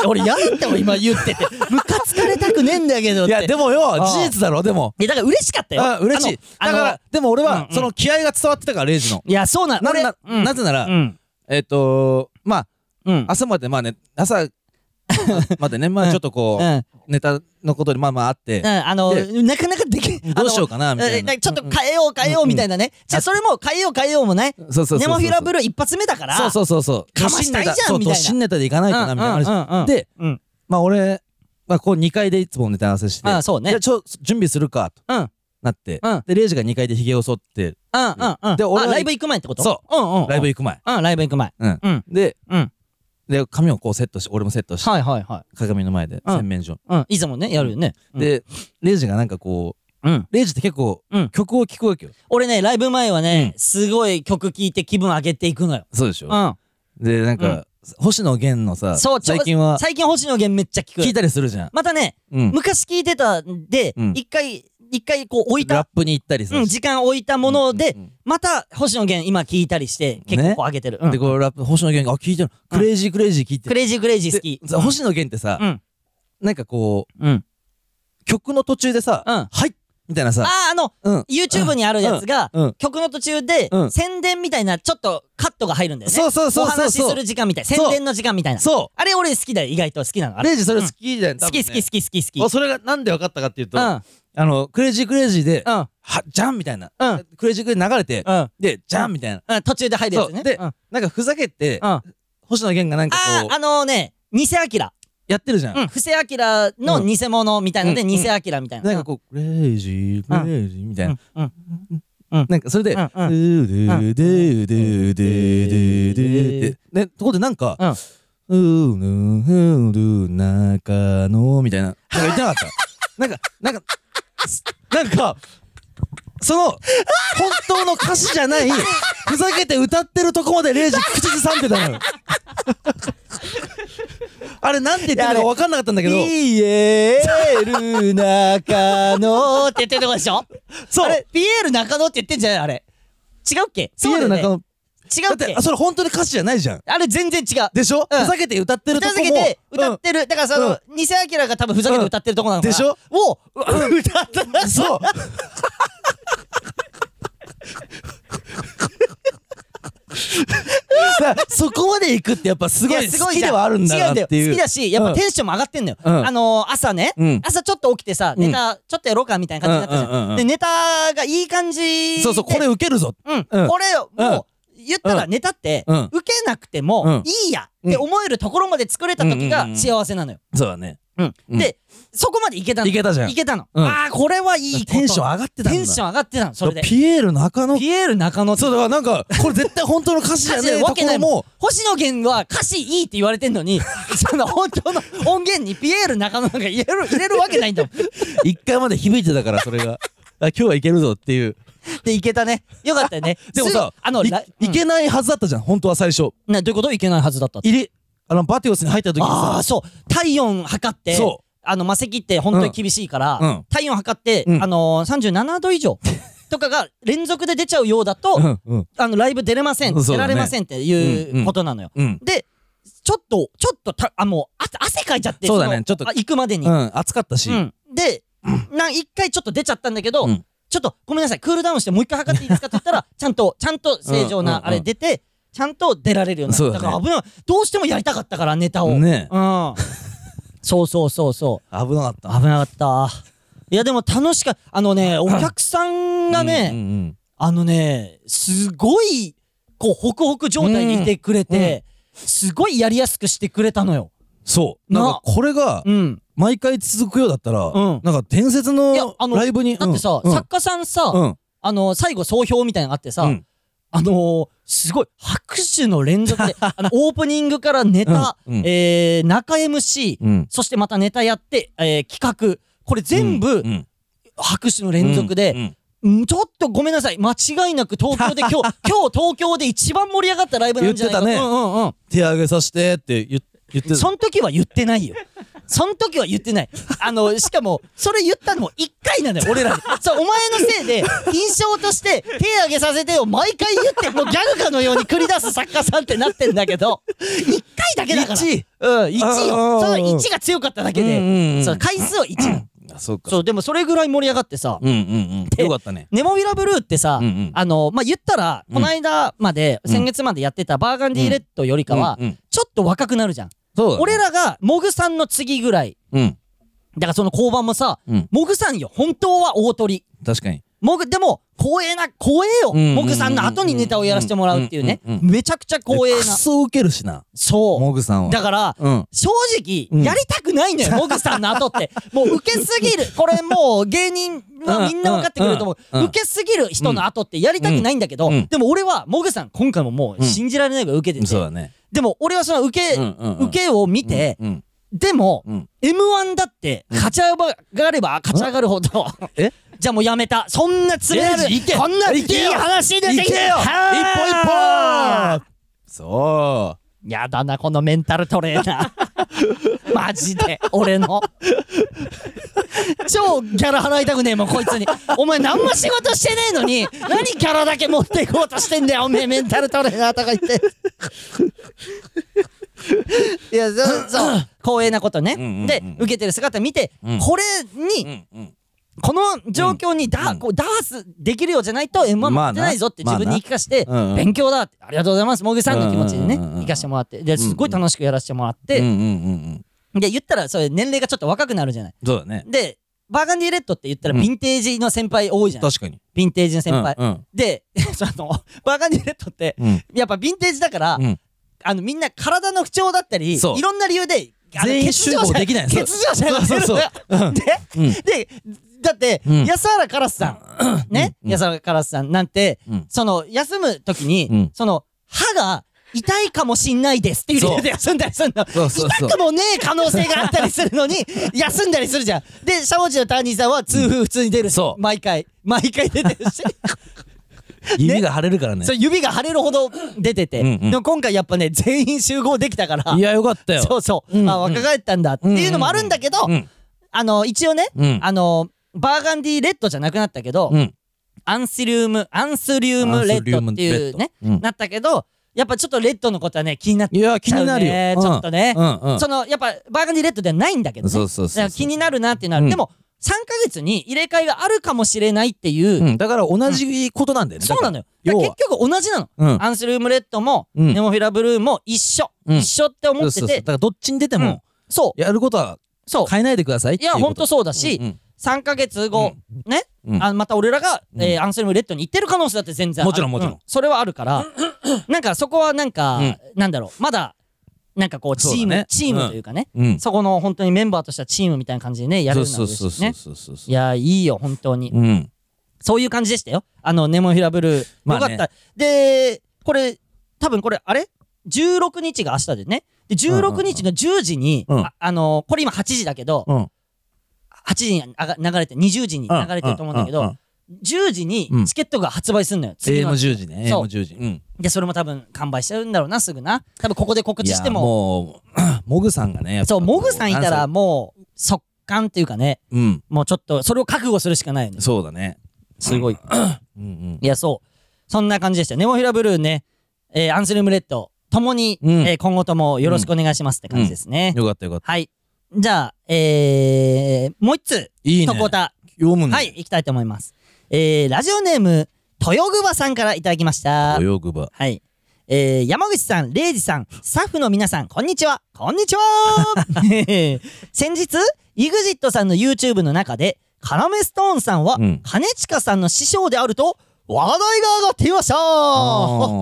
い俺やめても今言ってて、ムカつかれたくねえんだけどっ
い
て。
やでもよ事実だろでも
いやだから嬉しかったよ。
あ嬉しい
あのあの
だからでも俺
うん
は
うん
その気合が伝わってたからレイジの
いや、そうなの。
な
俺
な
うん、
なぜな
う
ら
ん。
えっとまあ
うん。
朝までまあね朝 までねまあちょっとこ
うん。うん。
うネタのことでまあまああって
あの、
で
なかなかできん。
どうしよう
か。
かなみた
え
い
な
なん
かちょっと変えよう変えようみたいなね。じゃあそれも変えよう変えようもね。
そうそうそうそう
ネモフィラブルー一発目だから。
そうそうそうそう
かましたいじゃん
そう
みたいな
新ネタでいかないとなみたいなのあるじゃん
うんうんうんうん
で
うん。
まあ俺まあこう2階でいつもネタ合わせして
ああ、そうね。
じゃあちょ準備するかと
うん。うん
なって
うん
でレイジが2階でひげを剃って
うんうん。
で俺
あ
は
ライブ行く前ってこと。
そう
うんうんうん。
ライブ行く前
うん、ライブ行く前。
うん
うん。
で
うん。
で髪をこうセットして俺もセットして
はいはいはい。
鏡の前で
うん
洗面所
うん。いつもね、やるよね。うん、
でレイジがなんかこう
うん。
レイジって結構
うん
曲を聴くわけよ
俺ね、ライブ前はね、すごい曲聴いて気分上げていくのよ。
そうでしょ
うん。
でなん
う
か星野源のさ
そう、ちょ
最近は
最近星野源めっちゃ聴
聞い
く。
たりするじゃん
またね、
うん
昔聴いてたんで、
うん
一回、一回こう置い
ラッ
た、
プに行ったりさ
うん、時間置いたもので、
うんうんうん
また星野源今聴いたりして、結構こう上げてる。うん
でこうラップ星野源があ聞いてるクレイジークレイジー聞いて
ク
る
レイジークレイジー好き。
でさ星野源ってさ
うん
なんかこう
うん。
曲の途中でさ
うん
はいみたいなさ
ああ、あの、
うん
YouTube にあるやつが、
うん
曲の途中で、
うん
宣伝みたいな、ちょっとカットが入るんだよね。
そうそうそ
お
うそう
話し
そ
す
う
る時間みたい。
そ
宣
う
伝の時間みたいな。
そ
あれ俺好きだよ、意外と好きなの。あ
う
れ
レイジそれ好きじゃん
好き好き好き好き好き。
あそれがなんで分かったかっていうと
うん、う
あ
ん、
のクレイジークレイジーで
うん、
はじゃんみたいな
うん
クレイジークレイジー流れて
うん
でじゃんみたいな
うん。途中で入るやつ
そ
ね。
うで
うん、うん。
なんかふざけて
あ
星野源がなんか
あ
こ
ー、
う
あのね、偽アキラ。
やってるじゃん
うん。布施アキラの偽物みたいので、
うん
偽アキラみたいな。
なんかこう、クレイジー、クレイジーみたいな。
うんうん
なんかそれで、
う
うんん
うん
うでうでうでうでうでって、ね、とこでなんか、うーぬーぬー中野みたいな、なんか言ってなかった。なんか、なんか、なんか、その、本当の歌詞じゃない、ふざけて歌ってるとこまでレイジ口ずさんでたのよ。あれなんて言ってるのか分かんなかったんだけど、
ピエール中野って言ってるとこでしょ
そう
あれ、ピエール中野って言ってんじゃないあれ。違うっけ
ピエール
そうだ
中
よね
の、
違
だ
う
っ
っけ
て、あそれ本当に歌詞じゃないじゃん。
あれ全然違う。
でしょ、
うん
ふざけて歌ってると
ふ
こ
ざ
も
けて歌
うん
ってる、だからその、ニセアキラが多分ふざけて歌ってるとこなのかな、
でしょ
を、う歌ったら
そうだからそこまで行くってやっぱすごい
や
好き
じゃ
ではあるんだなっていう
違んだよ好きだし、やっぱ
うん
テンションも上がってんのよ。
うん
あのー、朝ね、
うん
朝ちょっと起きてさ、ネタ、ちょっとやろうかみたいな感じになったじゃん。
うんうんうんうん
で、ネタがいい感じで。
そうそうこれウケるぞ
うん、
うん
これを、もう、言ったらネタって、
うん
受けなくても、いいやって思えるところまで作れた時
うんうん
が
うん
幸せなのよ。
そうだね
うん
うん
で、そこまでいけたの。
いけたじゃん
いけたの。
うん
ああ、これはいいこと
テンション上がってたんだ
テンション上がってたの、それで。
ピエール中野
ピエール中野
そうだからなんかこれ絶対本当の歌詞じゃ
歌詞
ねえ
で
と
わ
こ
けない
ろ
もん
も
星野源は歌詞いいって言われてんのにその本当の音源にピエール中野なんか入れる入れるわけないんだもん
一回まで響いてたからそれ があ今日はいけるぞっていう
でいけたねよかったよね
でもさ
すぐあの
い
ら
いけないはずだったじゃん本当は最初
うんなどういうこといけないはずだったって
入れあのバテオスに入った時に
あ
さ
あそう体温測って
そう
あの魔石って本当に厳しいから、
うん
体温測って、
うん
あのー、37度以 上とかが連続で出ちゃうようだと、
うんうん
あのライブ出れません、
そう
出
だ
ら
ね
れませんっていうことなのよ、
うん
でちょっとちょっとたあもうあ汗かいちゃって
そうだね
の
ちょっと
あ行くまでに、
うん暑かったし
うん、で、なん一回ちょっと出ちゃったんだけど、
うん
ちょっとごめんなさい、クールダウンしてもう一回測っていいですかって言った ら、ちゃんと、ちゃんと正常
うんうん
な
うん
あれ出て、ちゃんと出られるようにな
そ
っ
う
た
だね
から、危ない。どうしてもやりたかったから、ネタを。
ねえ
うん。そうそうそうそう。
危なかった
危なかった。いや、でも楽しかった。あのね、お客さんがね、
うんうんうん
あのね、すごい、こう、ホクホク状態にいてくれて、すごいやりやすくしてくれたのよ。
そうなん
な
かこれが
うん。
毎回続くようだったら、
うん
なんか伝説
いや
の
あの
ライブに
だってさ、
うん、
作家さんさ、
うん
あの、最後総評みたいなのがあってさ、
うん
あのー、すごい拍手の連続 で、あの、オープニングからネタ、
うんうん
えー、中 MC、
うん
そしてまたネタやって、えー、企画、これ全部
うんうん
拍手の連続で
うん、うん
うんちょっとごめんなさい、間違いなく東京で今 日、今日東京で一番盛り上がったライブなんじゃないか
言ってたね
うんうんうん。
手上げさせてって言っ言って
そん時は言ってないよ。そん時は言ってない。あの、しかも、それ言ったのも一回なのよ、俺らに。そう、お前のせいで、印象として、手上げさせてを毎回言って、もうギャグかのように繰り出す作家さんってなってんだけど、一回だけだから。
一
うん、一
あ
よ。
ー
その一が強かっただけ
うんうんう
で、
ん
その回数は一なの。
あそうか
そう、でもそれぐらい盛り上がってさ、
うんうんうんよかったね
ネモフィラブルーってさ、
うんうん
あの、まあ、言ったら、
うん
この間まで、
うん
先月までやってたバーガンディレッドよりかは
う、んうん
ちょっと若くなるじゃん。
そうだね
俺らがモグさんの次ぐらい
うん
だからその交番もさ
うん
モグさんよ本当は大鳥
確かに
モグでも光栄な光栄よ
うんうんうんうん
モグさんの後にネタをやらせてもらうっていうね
うんうんうん
めちゃくちゃ光栄
ク
な
ソウケるしな
そ
モグさん
う
は
だから
うん
正直
うん
やりたくないの よモグさんの後ってもう受けすぎるこれもう芸人はみんな分かってくれると思
うんう
うん受けすぎる人の後ってやりたくないんだけど
うん
でも俺はモグさん今回ももう信じられないぐらい受けて
そう
て
だね
でも俺はその受け
うんうんうん
受けを見て
うん
でも、
うんうん
M1 だって、勝ち上がれば勝ち上がるほど。
え
じゃあもうやめた。そんなつれる
レイジいけ
こんないい
いけよ
話出てきてよ
一歩一歩そ
歩やだな、このメンタルトレー ナー。マジで、俺の。超ギャラ払いたくねえもん、こいつに。お前何も仕事してねえのに、何ギャラだけ持っていこうとしてんだよ、おめえメンタルトレーナーとか言って。いや、そう、そう、 光栄なことね。
うんうんうん
で、受けてる姿見て、
うん
これに
う、うんうん
この状況にだ、
うん
こうダースできるようじゃないと M1 持ってないぞって
まあ
自
な
分に言い聞かして、
まあなうんうん
勉強だってありがとうございますもぐさんの気持ちでね
うんうんうんうんうん
行かしてもらってですごい楽しくやらせてもらっ
うん
て、
うんうんうん
で言ったらそれ年齢がちょっと若くなるじゃない
そうだね
でバーガンディレッドって言ったら
う
ヴ
ん
ィンテージの先輩多いじゃん、ヴ
確かに
ィンテージの先輩、
うん
で そのバーガンディレッドって
うん
やっぱヴィンテージだから、
うん
あのみんな体の不調だったりい
そう
ろんな理由であの
全員
欠場者
集合できない
欠場者が出るのよ
そうそうそうう
で
うん
で、だって、
うん
安原カラスさん、ね、
うん
安原カラスさんなんて、
うん
その、休むときに、
うん
その、歯が、痛いかもしんないですっていう理由で休んだりするの。
そうそうそう
痛くもねえ可能性があったりする のに、休んだりするじゃん。で、しゃもじのターニーさんは痛風普通に出るし、
そう
毎回。毎回出てる し。
指が腫れるからね
そう指が腫れるほど出てて。
うんうん
でも今回やっぱね、全員集合できたから
い。やよかったよ
そうそう。
うんうん
あ、若返ったんだっていうのもあるんだけど、
うん
あの、一応ね、
うん
あの、バーガンディレッドじゃなくなったけど、
うん
アンスリウム、アンスリウムレッドっていうね、
うん
なったけど、やっぱちょっとレッドのことはね、気になっ
いや気になるよ
ちゃうね
うん
ちょっとね
うんうん
その、やっぱバーガンディレッドではないんだけどね。
そうそうそうそう
だから気になるなっていうのは、
うん
でも、3ヶ月に入れ替えがあるかもしれないっていう、
うんだから同じことなんだよね
そうなの
よ
よ。だから
要は
結局同じなの。
うん
アンスリウムレッドも、
うん
ネモフィラブルーも一緒。
うん
一緒って思
そう
って
そうそうだ
て、
からどっちに出て
うん
も
そう、
やることは
そう。
変えないでくださいっ
い
てい
や、
う
ほん
こと
そうだし、
うんうん
3ヶ月後、ね、
うん
あまた俺らが、
うん
えーアンセルム・レッドに行ってる可能性だって全然ある
もちろんもちろん
うそれはあるから、なんかそこはなんか、
うん
なんだろう、まだ、なんかこう、チ
そう
ー
だ
ム、
ね
チームというかね、
うん
そこの本当にメンバーとしたチームみたいな感じでね、やる
そ
の
う
です
そうそう
し
そう
ね。
そうそうそ
いや、いいよ、本当に。
ううん
そういう感じでしたよ。あの、ネモフィラブルー。
まあね
よかった。で、これ、多分これ、あれ ?16 日が明日でね。で、16日の10時に、
うん
ああのこれ今8時だけど、
うん
8時にあが流れて、20時に流れてると思うんだけど、
うう
10時に
うん
チケットが発売すんのよ。次
AM
の
10時ね
そう
AM 10時うん
で、それも多分完売しちゃうんだろうな、すぐな。多分ここで告知して
いや
も。
もう モグさんがねやっぱ
そう、モグさんいたら
なんせ
もう、速乾っていうかね、
うん
もうちょっと、それを覚悟するしかないよね。
そうだね
すごい。
うん
いや、そう。そんな感じでした。ネモフィラブルーね、えーアンスリウムレッド、ともに、
うん
えー今後ともよろしくお願いしますって感じですね。
うんよかったよかった
はい。じゃあ、えー、もう一通、
いいね
とこた、
読むね
はい、行きたいと思います。えー、ラジオネーム、豊久保さんからいただきました。
泳ぐ場
はい。えー、山口さん、礼二さん、スタッフの皆さん、こんにちは。こんにちは。 先日、EXIT さんの YouTube の中で、カラメストーンさんは、
うん
兼近さんの師匠であると、話題が上がっていました
あ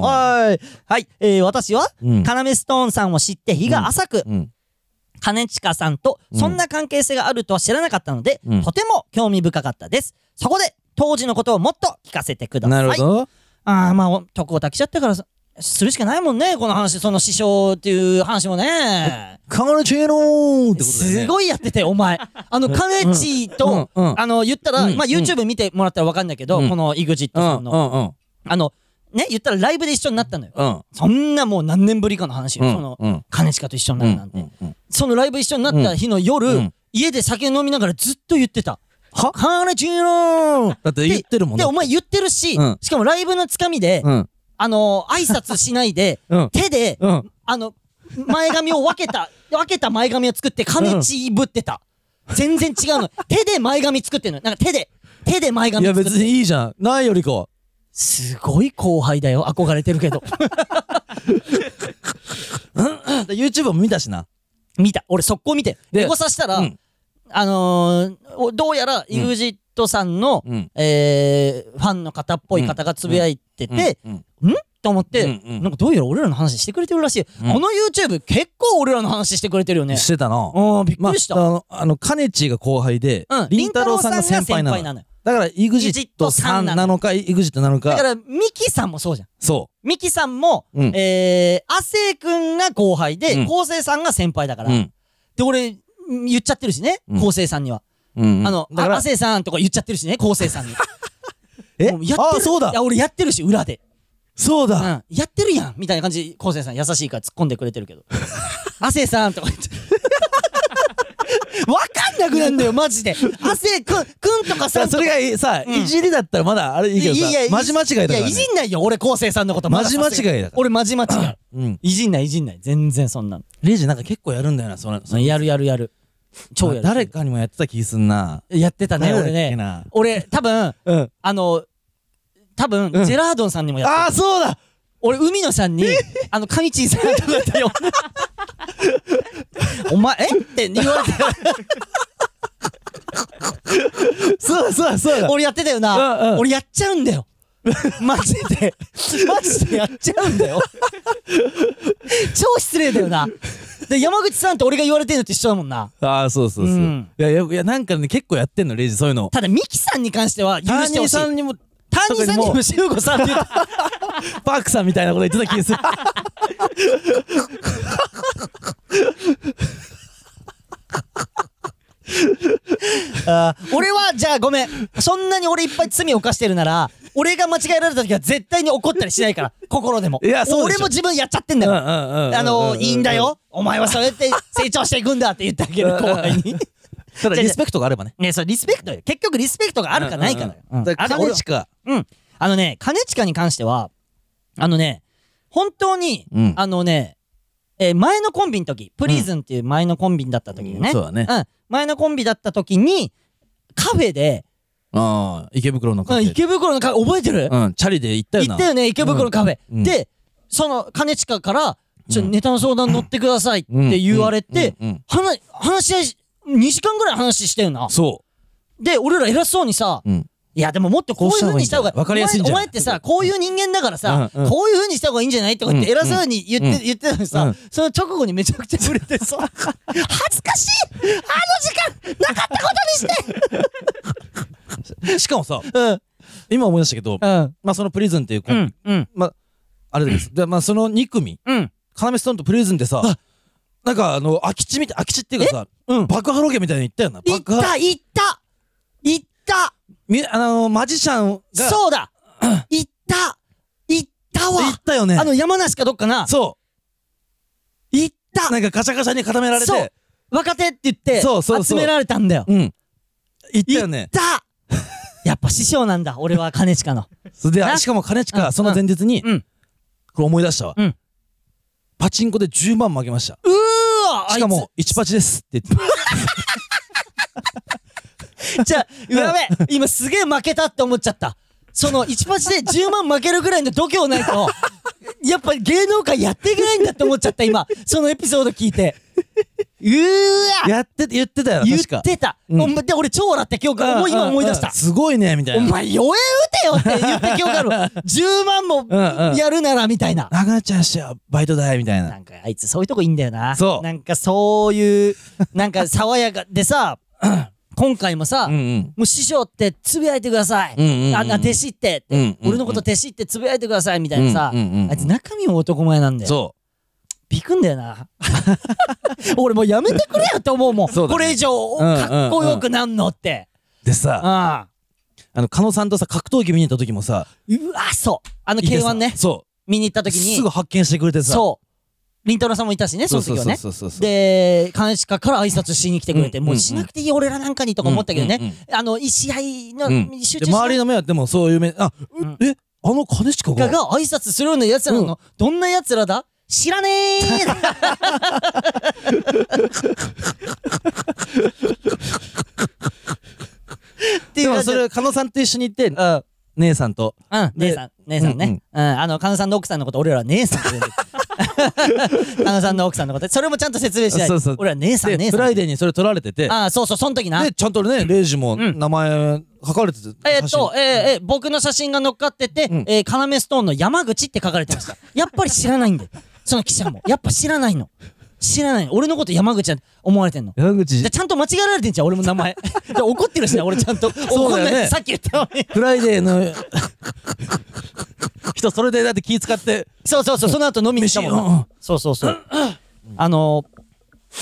はい。はい。えー、私は、
うん
カラメストーンさんを知って日が浅く、
うん
兼近さんとそんな関係性があるとは知らなかったので、
うん
とても興味深かったです。そこで、当時のことをもっと聞かせてくださ。
ないるほど
ああ、まあ、お徳をたきちゃったからさ、するしかないもんね、この話、その師匠っていう話もね。
カガルチェローってことだよね
すごいやってて、お前。あの、カネチと、
うんうん
あの、言ったら、
うん
まあ、YouTube 見てもらったらわかんないけど、
うん
この EXIT さんの、
う
あの、ね、言ったらライブで一緒になったのよ。
んうん
そんなもう何年ぶりかの話よ、
うん
その、
うん
兼近と一緒になん
う
る
うん
なんて。
うんうん
そのライブ一緒になった日の夜、
うん
家で酒飲みながらずっと言ってた。はカネチの
だって言ってるもん
で、
ね
お前言ってるし、
うん
しかもライブのつかみで、
うん
あの挨拶しないで、
うん
手で、
うん
あの、前髪を分け た、分けた前髪を作って、金ちぶってた。全然違 うの。手で前髪作ってんの。なんか手で、手で前
い
髪
や
作って
別にいいじゃんないよりかは
すごい後輩だよ。憧れてるけ ど。
YouTube も見たしな
見た。俺速攻見て。
で
エゴさしたら、
うん
あのーおどうやら EXIT さんの、
うん
えーファンの方っぽい方がつぶやいてて、
うん
んと思って、
うんうん
なんかどうやら俺らの話してくれてるらしい、
うん
この YouTube 結構俺らの話してくれてるよね
してたな
うんびっ
ま
く
あ
りした、
あのあのカネチが後輩で
うん
りんたろーさんが先輩な
りんたろーさんが先輩なの
の
よ
だから
EXIT
EXIT
さ
さ
ん
ん
なの
なのか EXIT なの
だか
から
ミキさんもそうじゃん
そ
ミキさんも、
うん
えー、亜生くんが後輩で、
うん
昴、生さんが先輩だか
う
ら、
うん
で俺ん言っちゃってるしね
うん
昴、生さんには、
うん
あの
だから
あ亜生さんとか言っちゃってるしね昴生さんに
え
もうやってる
あそうだ
いや俺やってるし裏で
そう
う
だ
ん、やってるやんみたいな感じで昴生さん優しいから突っ込んでくれてるけど 「亜生さん」とか言って。 わかんなくなんだよ、マジで。亜生くん、くんとかさ
さ
んと
そ
か。
れがさ
うん
いじりだったらまだあれいいけどさまじ間違いだ
い
か
や、
ら
い
ね
じんないよ、俺、昴生さんのこと。まださすがに
マジ間違いだから
俺、まじ間違い。
うん
いじんない、いじんない。全然そんな
レイジなんか結構やるんだよなそのそ
の。やるやるやる。超や
の
る。
誰かにもやってた気すんな
やってたね、
誰だっ
俺
け
ね
な。
俺、多分、
うん
あの、多分、
うん
ジェラードンさんにもやってた
ああそうだ
俺、海野さん に、あの、神地さんとかって呼んで、 お前、えって言われて、
そうだそうだそうだ
俺やってたよな。
うんうん
俺やっちゃうんだよ。マジで。マジでやっちゃうんだよ。 超失礼だよな。で、山口さんって俺が言われてるのと一緒だもんな。
ああそうそうそううんいやいやいやなんかね結構やってんのレイジそういうの
ただ、ミキさんに関しては許してほしい。
さんにも
単にさんに
特にも
も修吾さんって言った。
パークさんみたいなこと言ってた気 がする。
あー俺は、じゃあごめん。そんなに俺いっぱい罪を犯してるなら、俺が間違えられた時は絶対に怒ったりしないから、心でも。
いやそうで
俺
しょ
も自分やっちゃってんだ
うん
か
うん
ら。
うんうん
あの、いいんだ。
うん
よ。お前はそうやって成長していくんだって言ってあげる後輩に。
ただリスペクトがあればね。
ねそう、リスペクトよ。結局リスペクトがあるかないかだよ。
うんうんうんだから
あれ
俺
よ
しか。
うん。あのね、兼近に関しては、あのね、本当に、
うん
あのね、えー前のコンビの時、プリズンっていう前のコンビだった時でね、
うんそうだね
ん前のコンビだった時に、カフェで、
ああ、池袋のカ
う
フ
ん、
ェ。
池袋のカフェ、覚えてる、
うん、チャリで行ったよ
行
な。
ったよね、池袋のカフェ。
うんうん
で、その、兼近から、ちょ、
うん
ネタの相談乗ってくださいっ
うん
て言われて、、
うんうん
話、話し合いし、2時間ぐらい話してるな。
そ
で、俺ら偉そうにさ、
う。うん。
いやでももっとこういう風にした方が
こうした方がいいんじゃないわかりやすいんじゃ
お
ない
前お前ってさこういう人間だからさ、
うんうん
こういう風にした方がいいんじゃないとか言って
うん
偉そうに言って、
うん
言ってたのにさ、
うん
その直後にめちゃくちゃ触れて さ恥ずかしいあの時間なかったことにして
しかもさ、
うん
今思い出したけど、
うん
まあそのプリズンっていうコ
う
ンビ、
んうん
あれです。で、まあその2組、
うん
カナメストーンとプリズンってさ、なんかあの、空き地みたい、空き地っていうかさ、
うん
爆破ロケみたいに行ったよな。
行っ
爆破。
た行った行った
みあの、マジシャンが、う
そう だ行った行ったわ
行ったよね。
あの山梨かどっかな
そ
行っ
う。
た
なんかガチャガチャに固められ
そう
て、
若手って言って
そうそうそう
集められたんだよ
うん。行ったよね。
行ったやっぱ師匠なんだ俺は兼近の
それで、
な
しかも兼
う
近、
ん
その前日に、
うん
これ思い出したわ、
うん
パチンコで10万負けました。
うーわ
しかも、1パチですって言
あい
って。
つ じゃあ、やべえ、今すげえ負けたって思っちゃった。その、一発で10万負けるぐらいの度胸ないと、 やっぱり芸能界やっていけないんだって思っちゃった、今。そのエピソード聞い て。うーわ
やってて、言ってたよな、
言
確か
っ。てた。
うん
お前で、俺超笑った記憶が、もう今思い出し
うんうんうん
た。
すごいね、みた
お
いな。
前、弱え打てよって言った記憶 がある。10万
うん
も
うん
やるなら、みたいな。
なくなっちゃうしよ、バイト代、みたい
な
な。
んかあいつそういうとこいいんだよな。
そう
なんかそういう、なんか爽やかで さ、今回もさ、
うんうん。
もう師匠ってつぶやいてください。
うんうんうん
あんな弟子ってって、
うんうんうん
俺のこと弟子ってつぶやいてくださいみたいなさ、
うんうんうんうん
あいつ中身も男前なんだよ。
そ
びくんだよ な。俺もうやめてくれよって思うもん。
そうだ
こ
ね
れ以上
うんうんうん
かっこよくなんのって。
う。で
うん
さ、あの、狩野さんとさ、格闘技見に行った時もさ、
うわ、そう。あの
いてさ
K1 ね、
そ
見に行った
う。
時に、
すぐ発見してくれてさ。
そう。りんたろーさんもいたしね、その時はね。
そうそうそうそう。
で、監視課から挨拶しに来てくれて、
うん
もうしなくていい俺らなんかにとか思ったけどね、
うんうん
あの、一試合の
うん
集
で
中して
周りの目はでもそういう目、あ、う
うん
え、あの兼近
が
が。
挨拶するような奴らなの、どんな奴らだ知らねえ ってい
で
う感
も
じ
それ、狩野さんと一緒に行って、姉さんと。
うん、姉さん、姉さんね。うん、あの、神田さんの奥さんのこと、俺らは姉さんって呼んでる。 神田さんの奥さんのこと、それもちゃんと説明しない。
そうそう
俺ら姉さん、
で、
姉
フ
さ
ラ
ん。
イデーにそれ取られてて、
ああ、そうそう、その時な。
で、ちゃんとね、レイジも
ん
名前書かれてて。
えーっ
写真
と、えーえー僕の写真が乗っかってて、
ん
えー、カナメストーンの山口って書かれてました。やっぱり知らない んだよ。その記者も。やっぱ知らないの。知らないの。俺のこと山口だって思われてんの。
山
じゃ
口
あ、ちゃんと間違えられてんじゃん、俺も名 前。で怒ってるしな、俺ちゃんと。
そうだよ
怒
ね
んないさっき言ったのに。
フライデー の人、それでだって気使って、
そうそうそう、その後飲みに行ったもん
飯うん
な。そうそうそう。あの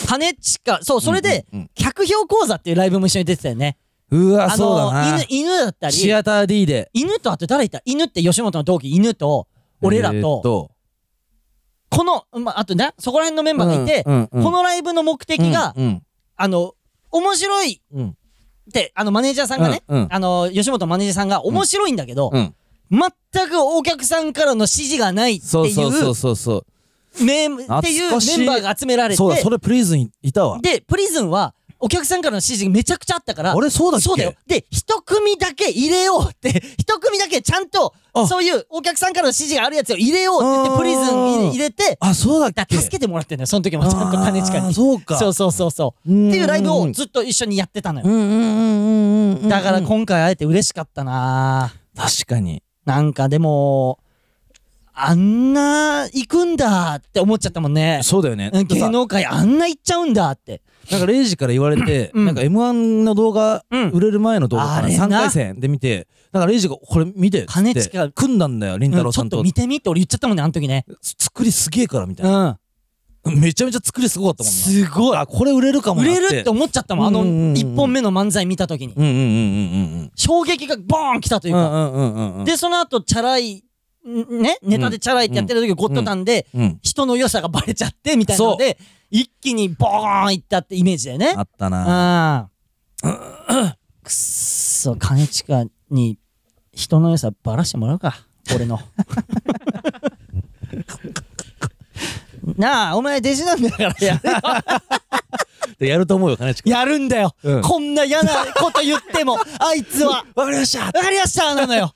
ー、金近、そう、それで
うんうんうん、
客票講座っていうライブも一緒に出てたよね。
うわ、
あ
そう
の
だな
ー、。犬、犬だったり、
シアター D で。
犬とあと誰いた犬って吉本の同期、犬と、俺ら
えーっ
と、この、ま、あとね、そこら辺のメンバーがいて、
うんうんうん
このライブの目的が、
うん
あの、面白い
うんうん
って、あの、マネージャーさんがね、
うんうん
あの、吉本のマネージャーさんが面白いんだけど、
うん
全くお客さんからの指示がないって
そう
い
そうそう
う、
そうそう
メンっていうメ
懐かしい
ンバーが集められて
そう、だそれプリズンいたわ
で、プリズンは、お客さんからの指示めちゃくちゃあったから、
あれそうだっけ
そうだよ。で、一組だけ入れようって、 一組だけちゃんと、
あ
そういうお客さんからの指示があるやつを入れようって言って、
あー
プリズン入れ入れて、
あそうだっ
だ
け
助けてもらってんだよ、その時もちゃんと金近
あー
に。
そうか
そうそうそうそう。
うーん
っていうライブをずっと一緒にやってたの
う
よ。
んうんうんうんうんうん
だから今回会えて嬉しかったなぁ
確かに
なんかでも、あんな行くんだって思っちゃったもんね。
そうだよね。
うん芸能界あんな行っちゃうんだって。
なんかレイジから言われて、
うん
なんか M1 の動画、
うん
売れる前の動画か
あ
な
れな
3回戦で見て、なんかレイジがこれ見てっつっ
金
て
近、
組んだんだよ、りんたろー
ち
さ
ょ
ん
っ
と
と。見てみって俺言っちゃったもんね、あの時ね。
作りすげえからみたいな。
うん。
めちゃめちゃ作りすごかったもんな。
すごい。
あ、これ売れるかも
売
な
れるって思っちゃったもん、あの
うんうんうん
1本目の漫才見た時に。
うんうんうんうんうん。
衝撃がボーン来たという
う
か。
んうんうんうんうん。
で、その後、チャラい、んね、ネタでチャラいってやってる時ゴッドタンで、
うん。
人の良さがバレちゃって、みたいなので、一気にボーンいったってイメージだよね
あ。ったな。
ああ。くっそ、兼近に人の良さばらしてもらうか。俺 の。なあ、お前弟子なんだからやれよ
で やると思うよ、金近。
やるんだよ、
うん
こんな嫌なこと言っても、あいつは。
わかりました
わかりましたなのよ。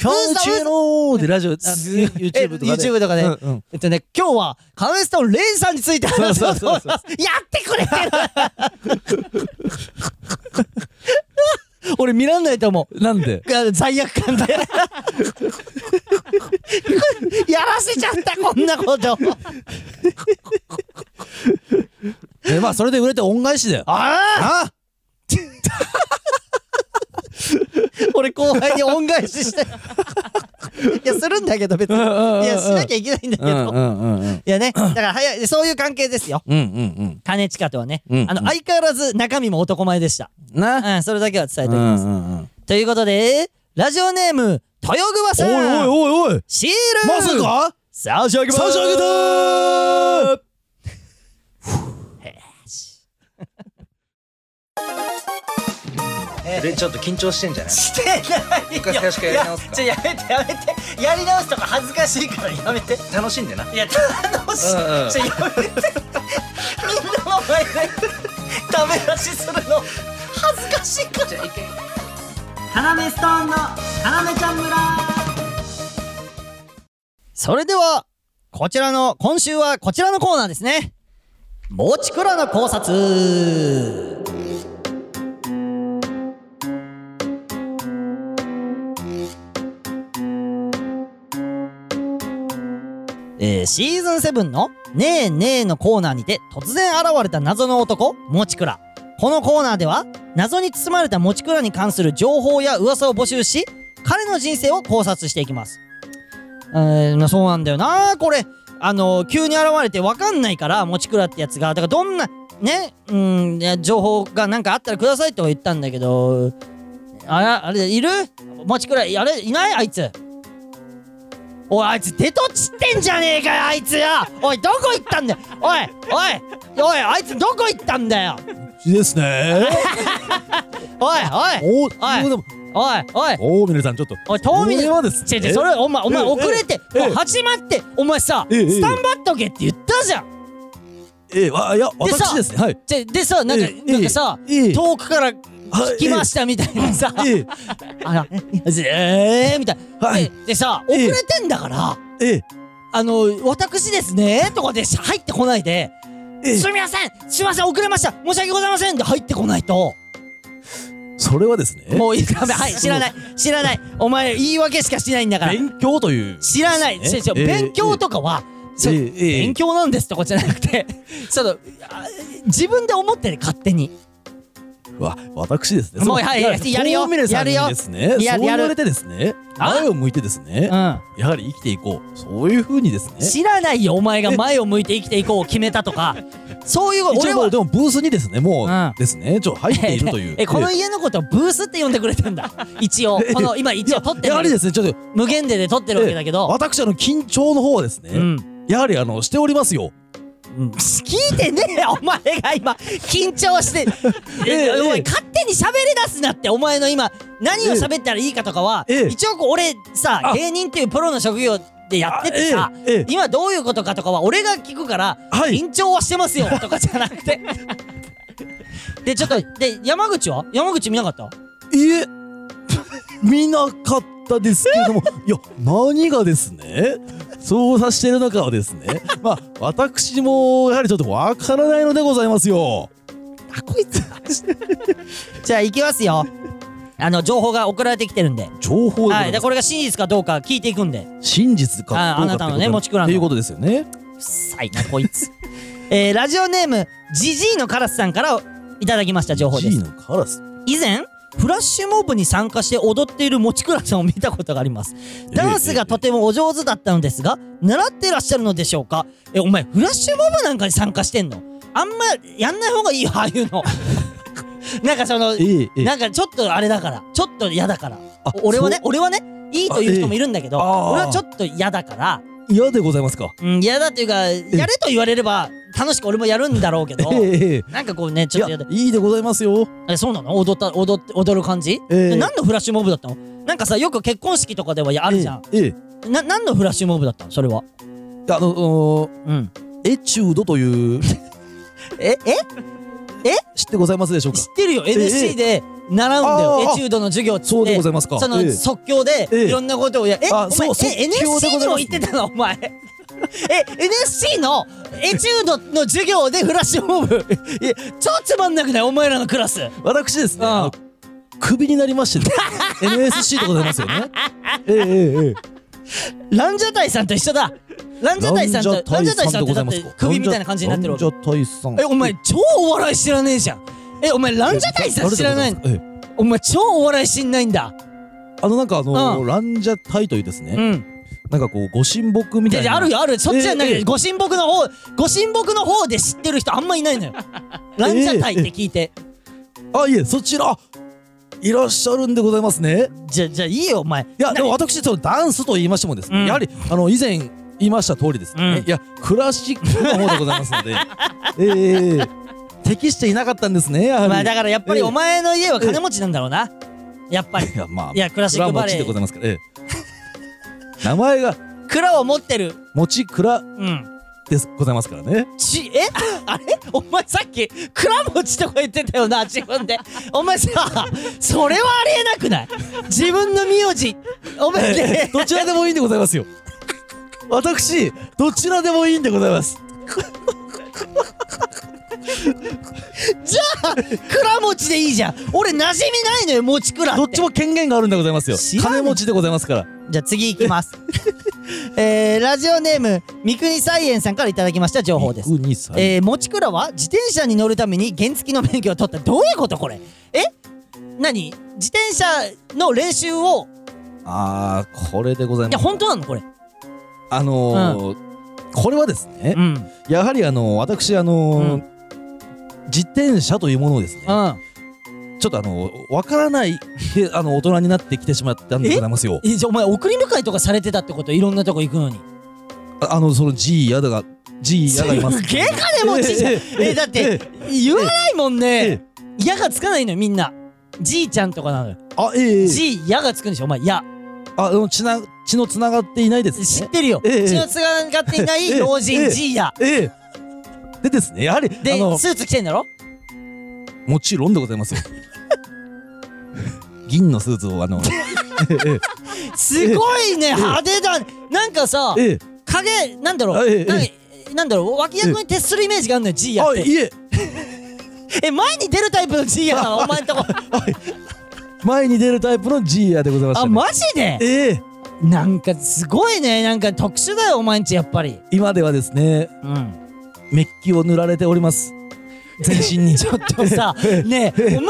今日中のーでラジオ、あ
すえ
YouTube とかで。
YouTube とかで
うんうん
えっとね、今日は、カメストンレイさんについて話そうと思います。
そう
やってくれ俺見らんないと思う。
なんで
が罪悪感で。 やらせちゃった、こんなこと。
えまあ、それで売れて恩返しだよ。
ああ
あ
俺後輩に恩返しして。いや、するんだけど、別に。いや、しなきゃいけないんだけ
うんうん
ど。
うんうん。
いやね、だから早い、そういう関係ですよ。
うんうん
金近とはね、
うん
あの、相変わらず中身も男前でした。
うん。な
うん、それだけは伝えておき
うん
ます。
うんうん。
ということで、ラジオネーム、豊川さん
おいおいおい
シール
まさか
差し上げます
差し上げたー
でちょっと緊張してんじゃない
してないよ
一回最初からやり直すか
いやちょやめてやめてやり直すとか恥ずかしいからやめて
楽しんでない
や楽しい、
うんうん
ちょやめてみんなの前でダメ出しするの恥ずかしいから花芽ストーンの花芽ちゃん村それではこちらの今週はこちらのコーナーですねもちくらの考察えーシーズン7の「ねえねえ」のコーナーにて突然現れた謎の男もちくらこのコーナーでは謎に包まれたもちくらに関する情報や噂を募集し彼の人生を考察していきますえーまあそうなんだよなこれあの急に現れて分かんないからもちくらってやつがだからどんなねうんいや情報が何かあったらくださいとは言ったんだけどあれあれいるもちくらあれいないあいつおいあいつ出とちってんじゃねえかよあいつよおいどこ行ったんだよおいおいおいあいつどこ行ったんだよ
いいですね
おいおい
おお
はい
でも
おいおい
おーみねさんちょっと
おい遠見
これはです
違う違
ね
うそれお前お前
え
遅れて
え
もう始まってお前さ
ええ
スタンバっとけって言ったじゃん
ええわいや
でさ
私ですねはい
じゃでさなんか
ええ
なんかさ
ええ
遠くから聞きましたみたいなさ
ええ
あらえーみたいな
はい
ででさ遅
ええ
れてんだから
ええ
あの私ですねとかで入ってこないで
ええ
すみませんすみません遅れました申し訳ございませんで入ってこないと
それはですね
もういいダメはい知らない知らないお前言い訳しかしないんだから
勉強という
知らない、
ですね
違う違う
ええ
勉強とかは、そう
ええええ
勉強なんですとかじゃなくて そのあ自分で思ってる勝手に
わ私ですね
もうはい
その
はいやるよ
遠見ねさんに
やるよ
ですねそう
やるや
言
る
われてですね
あ
前を向いてですね
うん
やはり生きていこうそういうふうにですね
知らないよお前が前を向いて生きていこうを決めたとかそういう
一
俺
応も
は
うでもブースにですねも
うん
うですねちょっと入っているという
えこの
え
家のことをブースって呼んでくれて んだ一応この今一応撮っ
え
て
やはり
る
ですねちょっと
無限でで撮ってるわけだけ
ええ
ど、
私あの緊張の方はですね、
うん
やはりあのしておりますよ
うん聞いてねえよお前が今緊張して、え
ええ
お前
ええ
勝手に喋り出すなってお前の今何を喋ったらいいかとかは、
ええ
一応こう俺さ
あ
芸人っていうプロの職業でやっててさ
あ、ええええ
今どういうことかとかは俺が聞くから、
はい
緊張はしてますよとかじゃなく てでちょっとで山口は山口見なかった
いえ 見なかったですけれどもいや何がですねそうさしている中はですねまあ私もやはりちょっとわからないのでございますよ
あこいつじゃあ行きますよあの情報が送られてきてるんで
情報でござ
はいい、
ま
ですこれが真実かどうか聞いていくんで
真実かどうか
ああなたのね
ってこと
持ちくらの
っていうことですよね
うっさいなこいつ えーラジオネームジジイのカラスさんからいただきました情報です
G のカラス
以前フラッシュモブに参加して踊っている持倉さんを見たことがありますダンスがとてもお上手だったのですが習ってらっしゃるのでしょうかえお前フラッシュモブなんかに参加してんのあんまやんない方がいいよああいうの なんかその
ええええ
なんかちょっとあれだからちょっと嫌だから
あ
お俺はね
そう
俺はねいいという人もいるんだけど、
あええあー
俺はちょっと嫌だから
嫌でございますか
うん嫌だというかやれと言われれば楽しく俺もやるんだろうけど
ええええ
なんかこうねち
い
ょっ
や
と嫌だ
いいでございますよ
えそうなの踊った踊って踊る感じ、
ええ
何のフラッシュモブだったのなんかさよく結婚式とかではあるじゃん、
ええええ
な何のフラッシュモブだったのそれは
あのあの
うん
エチュード という
ええ
知ってございますでしょうか
知ってるよ NSC で習うんだ
あ
よ
ーあ
エチュードの授業っつって
そうでございますか
その
ええ
即興で
ええ
いろんなことをやえお
あ
前
そう
え
即興で
NSC
ござ
に
い
も
ます
行ってたのお前え NSC のエチュードの授業でフラッシュモブいや超つまんなくないお前らのクラス
私ですね
うん
あのクビになりましてね NSC でございます よねえええええ
ランジャタイさんと一緒だラン
え
ジャタイさんとラ
ラ
ン
ン
ジ
ジ
ャ
ャ
タ
タ
イさんってだ
イさんでござ
っ
いま
て
すか
クビみたいな感じになってるわけ
ランジャタイさん
えお前超お笑い知らねえじゃんえお前ランジャタイさん知らないの
ええ
お前超お笑い知んないんだ
あのなんかあの
うん
ランジャタイというです
う
ね
ん
なんかこうご神木みた
じ
い
ゃ
な
あるよあるそっちじゃなく
え
て
え
ご神木の方ご神木の方で知ってる人あんまいないのよ ランジャタイって聞いて
あいえそちらあいらっしゃるんでございますね
じゃじゃあいいよお前
いや
な
でも私そのダンスと言いましてもですね、
うん
やはりあの以前言いました通りです
う
ね、
ん
いやクラシックの方でございますので ええ適していなかったんですねやはり、
まあだからやっぱり
ええ
お前の家は金持ちなんだろうなやっぱ り
いやまあ
いやクラシックバレエ
蔵持ちでございますから、ええ名前が
蔵を持ってる
持倉
うん
ですございますからね
ちえ あれお前さっき蔵持ちとか言ってたよな自分でお前さそれはありえなくない自分の名字お前ね
どちらでもいいんでございますよ私どちらでもいいんでございます
じゃあ蔵持ちでいいじゃん俺馴染みないのよ持ち蔵って
どっちも権限があるんでございますよ
知らん
金持ちでございますから
じゃあ次行きます。えー、ラジオネーム、三国菜園さんからいただきました情報です。
2歳、
えー、持ち倉は自転車に乗るために原付の免許を取った。どういうことこれえ何自転車の練習を、
ああこれでござい
い
ま
や、
す
本当なのこれ。
あのーこれはですね、
うん。うん。
やはりあのー私あのー
う
自転車というものをですね、ちょっとあのーわからないであの大人になってきてしまったんでございますよ。
え、じゃあお前送り迎えとかされてたってこといろんなとこ行くのに。
ああのその G やだが G やだがいます。
すげえ金持ちじゃん。え
ええ
だっ
え
て、言わないもん
え
ね
え。
矢がつかないのよ、みんな。じいちゃんとかなのよ。
あええ
じい、矢がつくんでしょ、お前、矢。
ああの血な血のつながっていないです
知っ
ね。
てるよ。
ええ
血のつながっていない
ええ
老
え
人
え
じいや。
ええでですねやはり
で
あの
スーツ着てんだろ
もちろんでございますよ。銀のスーツをあの
すごいね派手だなんかさ
ええ
影なんだろ
あえ
う
え
なん
え
なんだろう脇役に徹するイメージがあるのよ G やっ
あ
て
いえ
え前に出るタイプの G や なのお前んとこ
前に出るタイプの G やでございました、
あ
ね。
マジで
ええ
なんかすごいねなんか特殊だよお前んちやっぱり
今ではですね
うん
メッキを塗られております全身にちょっ
でもさねえお前ん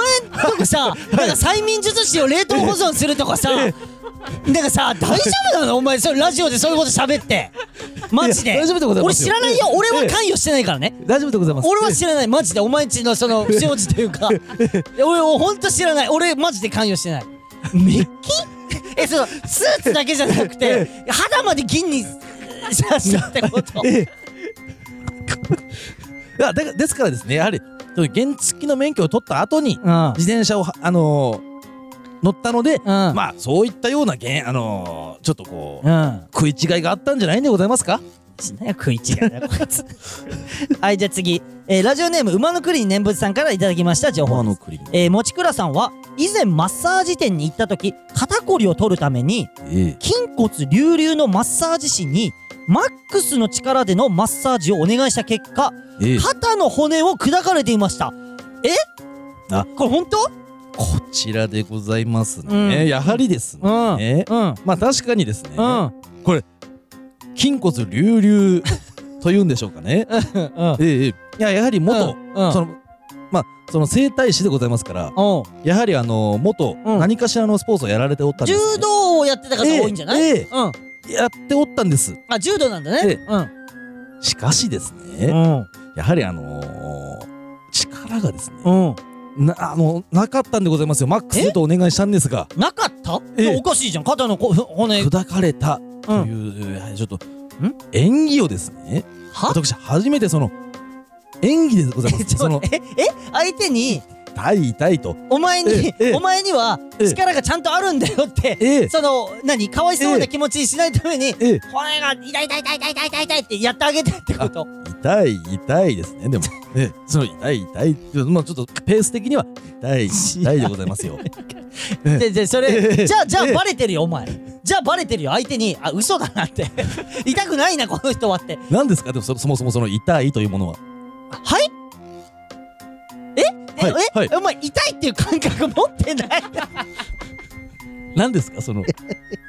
とこさなんか催眠術師を冷凍保存するとかさなんかさ大丈夫なのお前それラジオでそういうこと喋ってマジで
いや大丈夫でございますよ
俺知らないよ俺は
ええ
関与してないからね
大丈夫でございます
俺は知らないマジでお前んちのその不祥事というか俺もうほんと知らない俺マジで関与してないメッキ えそのスーツだけじゃなくて肌まで銀にさしたってこと
ええ いやだからですからですねやはりその原付の免許を取った後に
うん
自転車をはあのー乗ったので、
ま
まあそういったような原あのーちょっとこう、
うん
食い違いがあったんじゃないんでございますか
しなよ食い違いだよこいつはいじゃあ次、えーラジオネーム馬の栗に念仏さんからいただきました情報です
栗に
えー、持倉さんは以前マッサージ店に行った時肩こりを取るために
え
筋骨隆々のマッサージ師にマックスの力でのマッサージをお願いした結果
えええ
肩の骨を砕かれていましたえ
あ
これ本当
こちらでございますね、
うん
やはりですね、
うんうん
まあ確かにですね、
うん
これ筋骨隆々というんでしょうかね
うん
ええええいややはり
う
元、
んうん
そのまあその整体師でございますから
おう
やはりあの元、
うん
何かしらのスポーツをやられておったんです、ね、
柔道をやってた方多いんじゃない、
ええええ
うん
やっておったんです
あ柔道なんだね、
えしかしですね、
うん
やはりあのー力がですね、
うんうん
なあのなかったんでございますよマックスとお願いしたんですが
なかった、
ええ
おかしいじゃん肩のこ骨
砕かれた
う
と
ん
いう、はいちょっと演技をですね
は
私初めてその演技でございます
ちょっ
そ
と
の
待って ええ相手に
痛い痛いと
お前に
ええええ
お前には
ええ
力がちゃんとあるんだよって
ええ
その何かわいそうな気持ちにしないために
ええ
骨が痛い痛い痛い痛い痛い痛い痛いってやってあげてってこと
痛い痛いですねでもええその痛い痛いっていうまあちょっとペース的には痛い痛いでございま すよええ
ででそ
え
れ
え
じゃあじゃあ
ええ
バレてるよお前じゃあバレてるよ相手にあ嘘だなって 痛くないなこの人はって
何ですかでもそそもそもその痛いというものは
はいえ、
はい
え、
はい
お前痛いっていう感覚持ってない
何ですかその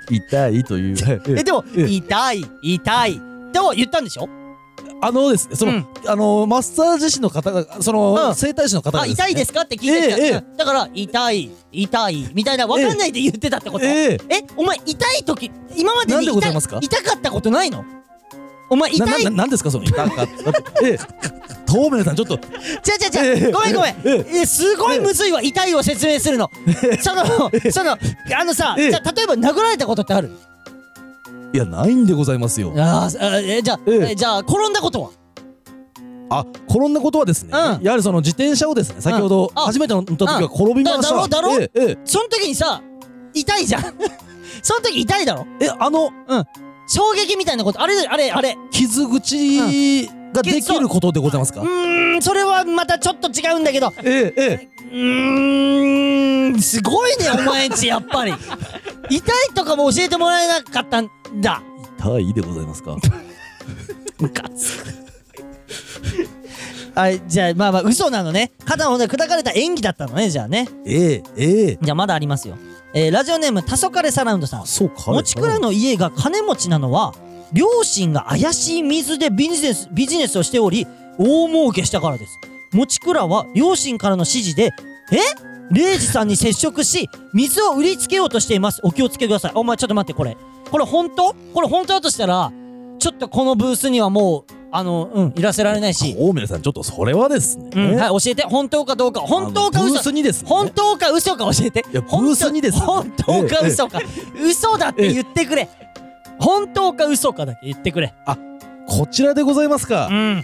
痛いというはいえ
え
え
でも、
ええ
痛い痛いでも言ったんでしょ
あのですねその、
うん
あのマッサージ師の方がその、
うん
整体師の方が
あ痛いですすかって聞いてきた、
えええ
だから痛い痛いみたいな分かんないで言ってたってこと、
ええ
えお前痛い時今までで
なんで
痛
ございますか
痛かったことないのお前痛違
ないな
う違う
なんですかその痛かったってええ透明さんちょっとえ
違
え
うごめんごめん
え
えすごいむずいわ痛いを説明するのそのそのあのさ
ええ
じゃあ例えば殴られたことってある
いやないんでございますよ
あーあえじゃあ
ええ
えじゃあ転んだことは
あ転んだことはですね、
うん
やはりその自転車をですね先ほど
うんあ
初めて乗った時は転びました
うんだだろだろ
ええええ
その時にさ痛いじゃん その時痛いだろ
えあの
衝撃みたいなことあれあれあれ
傷口ができることでございますか、
うーんそれはまたちょっと違うんだけど
ええええ
うーんすごいねお前んちやっぱり痛いとかも教えてもらえなかったんだ
痛いでございますか
ムカつくはいじゃあまあまあ嘘なのね肩の骨砕かれた演技だったのねじゃあね
ええええ
じゃあまだありますよ、えーラジオネーム黄昏サラウンドさん
そうか
持ち蔵の家が金持ちなのは両親が怪しい水でビジネスビジネスをしており大儲けしたからです持ち蔵は両親からの指示でえレイジさんに接触し水を売りつけようとしていますお気をつけくださいお前ちょっと待ってこれこれ本当これ本当だとしたらちょっとこのブースにはもうあのうんいらせられないし、
大宮さんちょっとそれはですね、
うん、はい教えて本当かどうか本当か
あのブ
嘘
ースにですね
本当か嘘か教えて
いや
本当
ブースにですね
本当か
ええ
嘘か嘘だって言ってくれ本当か嘘かだけ言ってくれ
こちらでございますか、
ん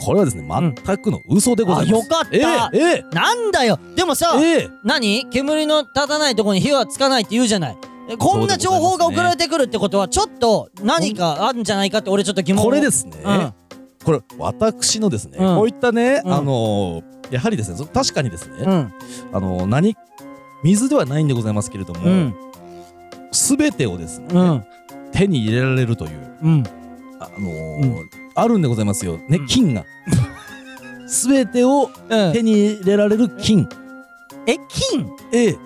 これはですね
ん
全くの嘘でございます、
あよかった
えええ
なんだよでもさ
えええ
何煙の立たないとこに火はつかないって言うじゃないえこんな情報が送られてくるってことはちょっと何かあるんじゃないかって俺ちょっと疑問を
これですね、
うん
これ私のですね、
うん
こういったね、
うん
あのーやはりですねそ確かにですね、
うん
あのー何水ではないんでございますけれど
う
も、
ん
すべてをですね、
うん
手に入れられるという
うん
あのーあるんでございますよ。ね、
うん
金が。すべてを手に入れられる金。
え金
ええ、
え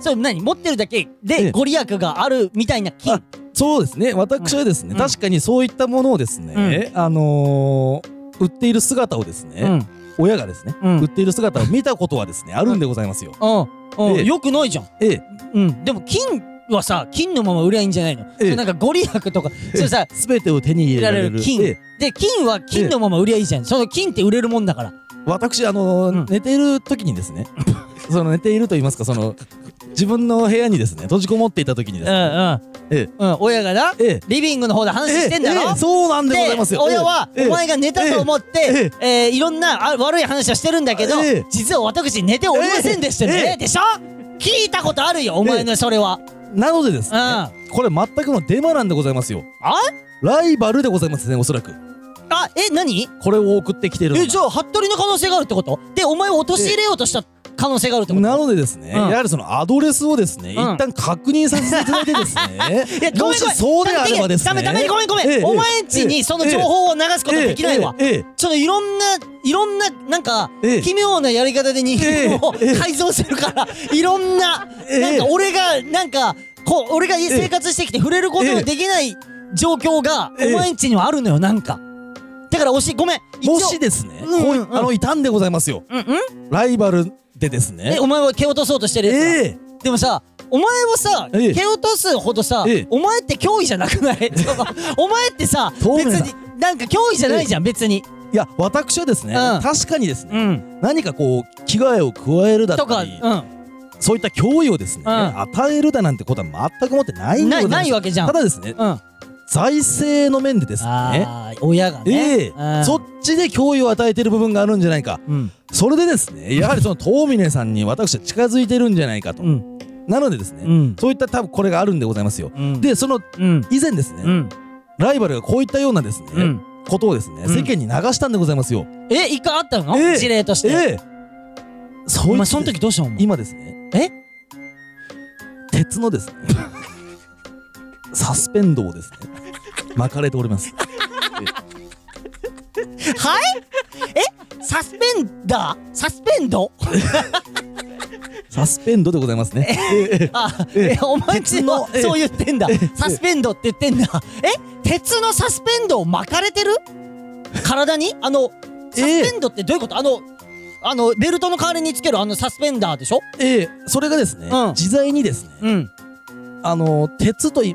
それ何持ってるだけ
え
で
え
ご利益があるみたいな金
あそうですね。私はですね、
うん
確かにそういったものをですね、あのー売っている姿をですね、
うん
親がですね、
うん
売っている姿を見たことはですね、あるんでございますよ。
うんう
ええ
んよくないじゃん
ええ、
うん、でも金はさ金のまま売りゃいいんじゃないの、
ええ
なんかご利益とかそれさ
すべてを手に
売
入れ
ら
ら
れ
れ
る
る
金、
ええ
で金は金のまま売りゃいいじゃん、その金って売れるもんだから
私、あのー
うん
寝ている時 にですね、その寝ていると言いますか、その、自分の部屋にですね、閉じこもっていた時にですね、
うんうん、
ええ
うん、親がな、
ええ、
リビングの方で話してんだろ、
ええそうなんでございます
で
よ。
親は
ええ
お前が寝たと思って、ええいろんなあ悪い話をしてるんだけど、
ええ
実は私寝ておりませんでしたね、
ええ
でしょ聞いたことあるよお前のそれは、
なのでですね、これ全くのデマなんでございますよ。
あ
ライバルでございますね、おそらく。
あえ何
これを送ってきてるの
え
が
じゃあ服部の可能性があるってことでお前を陥れようとした可能性があるってこと
なのでですね、
ん
いわゆるそのアドレスをです
う
ね、
ん
一旦確認させていただいてですね
いや、ご
も
めんご
し
めん
そうであればですね
ダメダメダメごめんごめん、
ええ
お前んちにその情報を流すことできないわ、
ええええええ
ちょっといろんないろんななんか、
ええ
奇妙なやり方で人間を
ええええ
改造してるから、いろんな、
ええ
なんか俺がなんかこう俺が生活してきて触れることができない状況が、
ええ
お前んちにはあるのよなんかだからおしごめん一応
もしですね、
うんうんうん
こういあのいたんでございますよ、
うんうん
ライバルでですね
えお前は蹴落とそうとしてるやつだ、
ええ
でもさお前をさ、
ええ
蹴落とすほどさ、
ええ
お前って脅威じゃなくない そのお前ってさ別
透明な
になんか脅威じゃないじゃん、別に
いや私はですね、
うん
確かにですね、
ん
何かこう危害を加えるだ
と
っ
か、
た
う
り、
ん、
そういった脅威をですね、
うん
与えるだなんてことは全く思ってないんで
ない
ございます
ないわけじゃん
ただですね
うん、あ
財政の面でですね
あー親がね
ええ
うん
そっちで脅威を与えてる部分があるんじゃないか
うん
それでですねやはりその遠峰さんに私は近づいてるんじゃないかと、
うん
なのでですね、
うん
そういった多分これがあるんでございますよ、
うん
でその
うん
以前ですね、
うん
ライバルがこういったようなですね、
うん
ことをですね、
うん
世間に流したんでございますよ、
え一回あったの、
ええ
事例として、
ええそ
お
い
前
つ
その時どうしたのお前
今ですね
え
鉄のですねサスペンドをですね巻かれております
はいえサスペンダーサスペンド
サスペンドでございますね
あ、
え
えお前んちの
鉄のええ
そう言ってんだ、サスペンドって言ってんだえ鉄のサスペンドを巻かれてる体にあのサスペンドってどういうこと、あのあのベルトの代わりにつけるあのサスペンダーでしょ
ええそれがですね、
うん
自在にですね
うん
あの鉄とい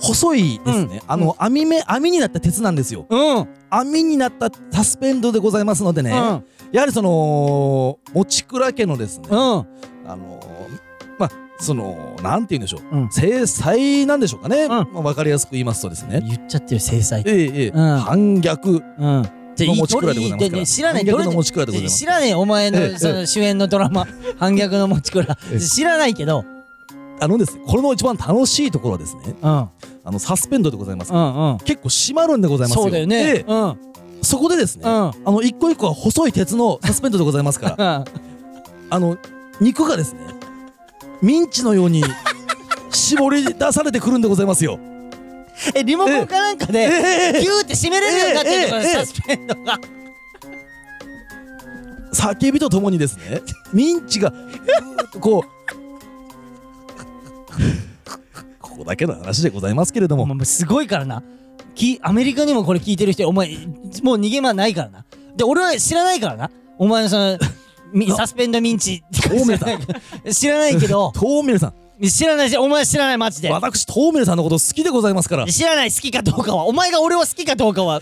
細いですね、あの網目網になった鉄なんですよ
うん
網になったサスペンドでございますのでね、
うん
やはりその持倉家のですね、
うん
あのまあそのなんて言うんでしょう、
うん
制裁なんでしょうかね、
ん
まあ、わかりやすく言いますとですね、
言っちゃってる制裁
ええええ
うん
反逆
うんじ
の持ち蔵でございますから
ね知らない
反
ど
逆
れ
の
で
持ち蔵でございます
知らねえお前
え
の
え
その主演のドラマ「反逆の持ち蔵」
ええ
知らないけど
あのですねこれの一番楽しいところはですね
うん
あのサスペンドでございます、
うんうん
結構締まるんでございますよ
そうだよね、
ええ
うん
そこでですね、
うん
あの一個一個は細い鉄のサスペンドでございますから あの肉がですねミンチのように絞り出されてくるんでございますよ
えリモコンかなんかで、
ええ
ギューって締めれるようになってるのかな、
ええええ
サスペンドが。
叫びとともにですねミンチがぐーっとこうここだけの話でございますけれども、
もうすごいからな。きアメリカにもこれ聞いてる人、お前、もう逃げ場ないからな。で、俺は知らないからな。お前のそ の、みサスペンドミンチ。
透明だ
知らないけど、
トーミルさ
知らないし、お前は知らない、マジ
ん
で。
私トーミルさんのこと好きでございますから
知らない、好きかどうかは。お前が俺を好きかどうかは。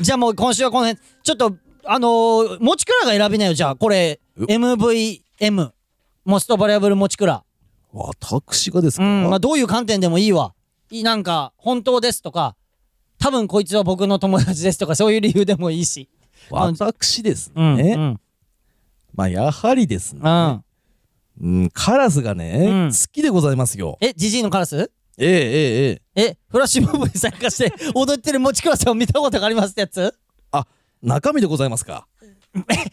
じゃあもう今週はこの辺。ちょっと、あのー、持ちくらが選びなよ、じゃあ。これ、
う
MVM。モストバリアブル持ちくら。
私がです
う
か、
ん、まあどういう観点でもいいわ。いなんか、本当ですとか、多分こいつは僕の友達ですとか、そういう理由でもいいし。
私ですね、
うん。うん。
まあやはりです
う
ね、
ん。
うん、カラスがね、
うん
好きでございますよ
え、ジジイのカラス
ええええええ
え、フラッシュモブに参加して踊ってる持ち倉さんを見たことがありますってやつ
あ中身でございますか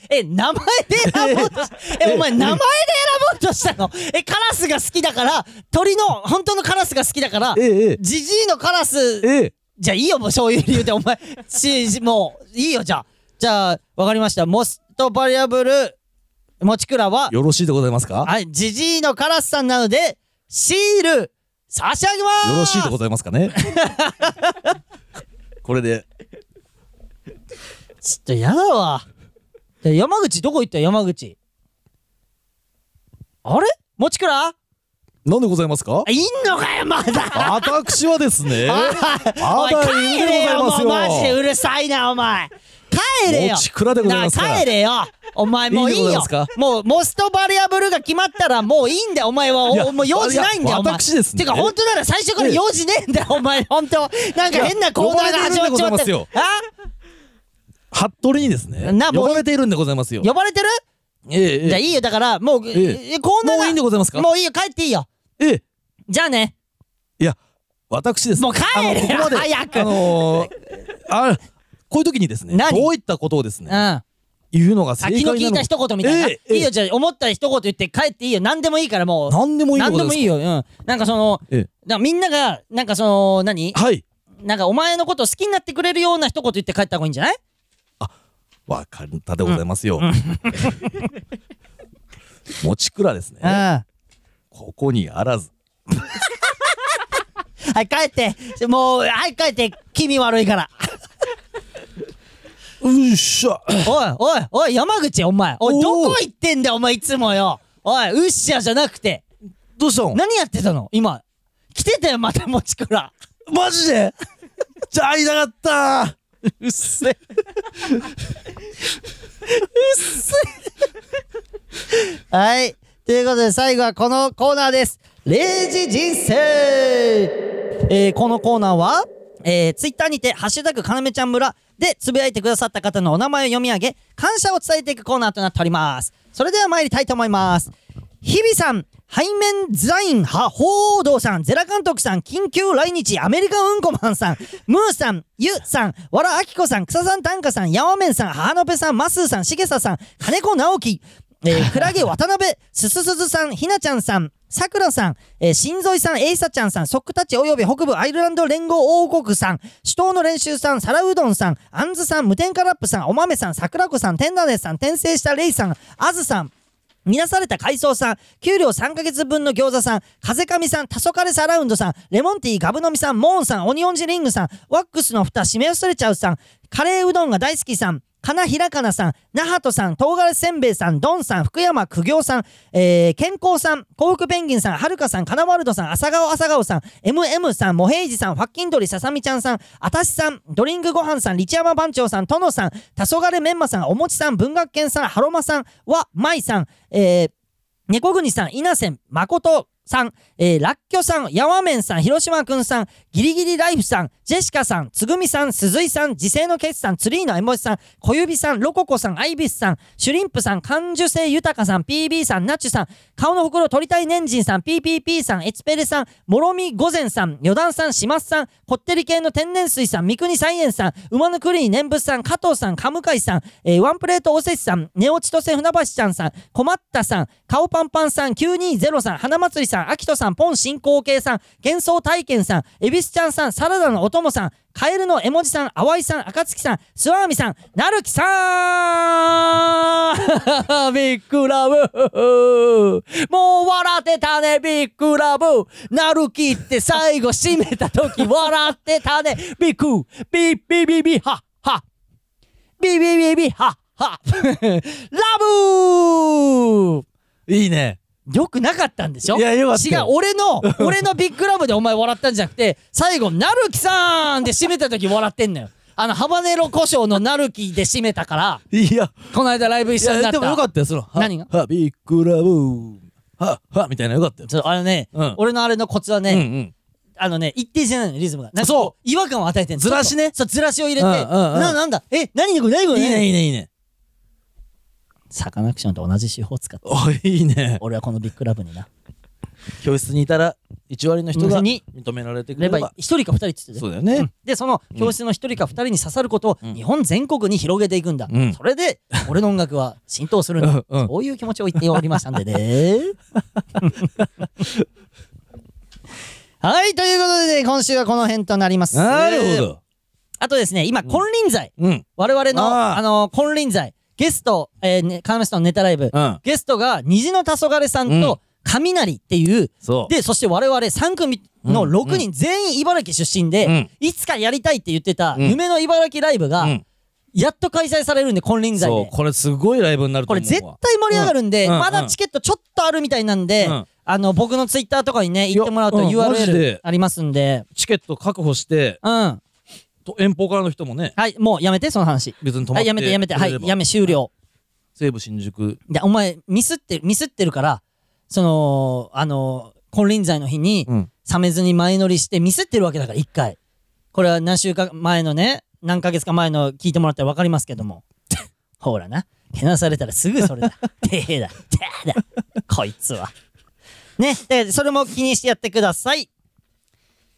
え、名前で選ぼうとし、え、お前名前で選ぼうとしたのえ、カラスが好きだから、鳥の、本当のカラスが好きだから、
えええ
ジジイのカラス
ええ
じゃあいいよ、もうそういう理由で、お前、し、しもう、いいよ、じゃあ。じゃあ、わかりました。モストバリアブル、持ちくらは、
よろしいでございますかよ
はい、ジジイのカラスさんなので、シール、差し上げます
ろしいでございます かねこれで
ちょっとやだわ。じゃあ山口、どこ行った山口。あれ持ちくらあ
何でございますか
いんのかよ、ま だ
私はですね、
お
あ
い、
だ
帰
いる
れ
で
よ、
ご
もう
ざ
マジ
いま
です
よ。
うるさいな、お前。帰れよ。
もちくらでございますから
なあ帰れよ。お前もういい
いいでござい
よ
ますか。
もうモストバリアブルが決まったらもういいんだよ、お前は。お
いや
おもう用事ないんだよ、
いや
お前。
私ですね
てか、本当なら最初から用事ねえんだよ、お前。本当なんか変なコーナーが始まっちまっ
呼ばれて
て
るんでござい
あ
服部にですね
な、もう
呼ばれているんでございますよ。
呼ばれてる
えええ
じゃあ
え
いいよ、だから、もう、え
え
コーナー
も
が
ういいんでございますか
もういいよ、帰っていいよ。
ええ
じゃあね。
いや、私ですね。
もう帰れよ
あのここまで
早く
あのーあ、こういう時にですね、
何
どういったことをです
う
ね、
ん。
言うのが正
あ
解
昨
なの
日聞いた一言みたいな。
ええええ
いいよ、じゃあ思った一言言って帰っていいよ。何でもいいからもう。
何でもいいの
何で
か
もいいよ。うん。なんかその、
ええ
なんかみんなが、なんかその、何
はい
なんかお前のこと好きになってくれるような一言言って帰った方がいいんじゃない
わかったでございますよ、 持ちくらで すね
あ
ここにあらず
あ。はい、帰って。もう、はい、帰って。気味悪い から。
うっしゃ
おい、おい、おい、山口、お前。お
お
い、
ー
どこ行ってんだよ、お前、いつもよ。おい、ウッシャーじゃなくて。
どうしたの
何やってたの今。来てたよ、また、もちくら。
マジでじゃあ会いたかった
うっせ。うっせ。はい。ということで、最後はこのコーナーです。0時人生えーこのコーナーは、えー、ツイッターにて、ハッシュタグ、かなめちゃん村で、つぶやいてくださった方のお名前を読み上げ、感謝を伝えていくコーナーとなっております。それでは参りたいと思います。日々さん、背面ザイン派、報道さん、ゼラ監督さん、緊急来日、アメリカうんこマンさん、ムーさん、ゆさん、わらあきこさん、草さん、たんかさん、やわめんさん、はのぺさん、まっすーさん、しげささん、金子直樹、えー、クラゲ渡辺、すすすずさん、ひなちゃんさん、さくらさん、えー、新添さん、エイサちゃんさん、ソックタッチおよび北部アイルランド連合王国さん、首都の練習さん、皿うどんさん、あんずさん、無添加ラップさん、おまめさん、桜子さん、天ダネさん、転生したレイさん、あずさん、見なされた海藻さん、給料3ヶ月分の餃子さん、風上さん、黄昏サラウンドさん、レモンティーガブ飲みさん、モーンさん、オニオンジリングさん、ワックスの蓋締め忘れちゃうさん、カレーうどんが大好きさん、かなひらかなさん、なはとさん、唐辛子せんべいさん、どんさん、福山苦行さん、えー、健康さん、幸福ペンギンさん、はるかさん、かなワルドさん、朝顔朝顔さん、MM さん、モヘイジさん、ファッキンドリささみちゃんさん、あたしさん、ドリンクごはんさん、リチヤマ番長さん、とのさん、たそがれメンマさん、おもちさん、文学研さん、ハロマさん、は、まいさん、えー、猫国さん、稲瀬誠さん、えー、らっきょさん、やわめんさん、広島くんさん、ギリギリライフさん、ジェシカさん、つぐみさん、鈴井さん、時勢のケツさん、ツリーの絵文字さん、小指さん、ロココさん、アイビスさん、シュリンプさん、感受性豊かさん、PB さん、ナチュさん、顔のほくろ取りたい年人さん、PPP さん、エツペレさん、もろみ御前さん、よだんさん、しますさん、こってり系の天然水さん、三国菜園さん、馬のクリーン念仏さん、加藤さん、カムカイさん、えーワンプレートおせちさん、ネオチトセ船橋ちゃんさん、困ったさん、顔パンパンさん、920さん、花祭りさん、秋人さん、ポン進行形さん、幻想体験さん、エビスちゃんさん、サラダのお供さん、カエルの絵文字さん、淡井さん、暁さん、スワーミさん、なるきさん ビッグラブもう笑ってたね、ビッグラブなるきって最後締めた時笑ってたね、ビッグビッビビビハッハビビビビハッ ハラブ
いいね
よくなかったんでしょ
いやよかった
違う
よ
俺 の俺のビッグラブでお前笑ったんじゃなくて最後「なるきさん」で締めた時笑ってんのよあのハバネロ胡椒のなるきで締めたから
いや
この間ライブ
い
一緒にな
や
った
でもよかったよそのは
何が
はビッグラブははみたいなよかったよ
ちょっとあのね、
うん
俺のあれのコツはね、
うんうん
あのね一定じゃないのリズムがなんか
そう
違和感を与えてんの
ずらしね
ちょっとそうずらしを入れて、
うんうんうん
ななんだえ何これ何これ
いいねいいねいいね
サカナクションと同じ手法を使って
おいいね
俺はこのビッグラブにな
教室にいたら1割の人が
うんに
認められてく
レ
れ
バ
ば
ー一人か二人っつってた
そうだよね
でその教室の一人か二人に刺さることを
うん
日本全国に広げていくんだ、
うん
それで俺の音楽は浸透するんだ、
うんうん
そういう気持ちを言っておりましたんで ねはいということで、ね、今週はこの辺となります
なるほど
あとですね今金輪際、
うん
我々の
あ
あ
ー
の金輪際ゲスト、えーね、カナメストのネタライブ、
うん
ゲストが虹の黄昏さんと雷っていう、
そう
で、そして我々3組の
うん
6人全員茨城出身で、
うん
いつかやりたいって言ってた
うん
夢の茨城ライブが、
うん
やっと開催されるんで、金輪際
そう
で。
これすごいライブになると
これ
思うわ
絶対盛り上がるんで、
うんうん
まだチケットちょっとあるみたいなんで、
うん
あの、僕のツイッターとかにね、行ってもらうと
いやうんマジ
URL
で
ありますんで、
チケット確保して
うん。は
と遠方からの人もね
い、もうやめて、その話。
別に泊
は
まっ
い、
て
やめて、やめて、は
くれれば
い、やめ、終了。
西武新宿
で、お前、ミスって、ミスってるから、その、あの、金輪際の日に、
うん
冷めずに前乗りしてミスってるわけだから一回これは何週間前のね何ヶ月か前の聞いてもらったら分かりますけども ほらなけなされたらすぐそれだ てへだてへだこいつはねでそれも気にしてやってください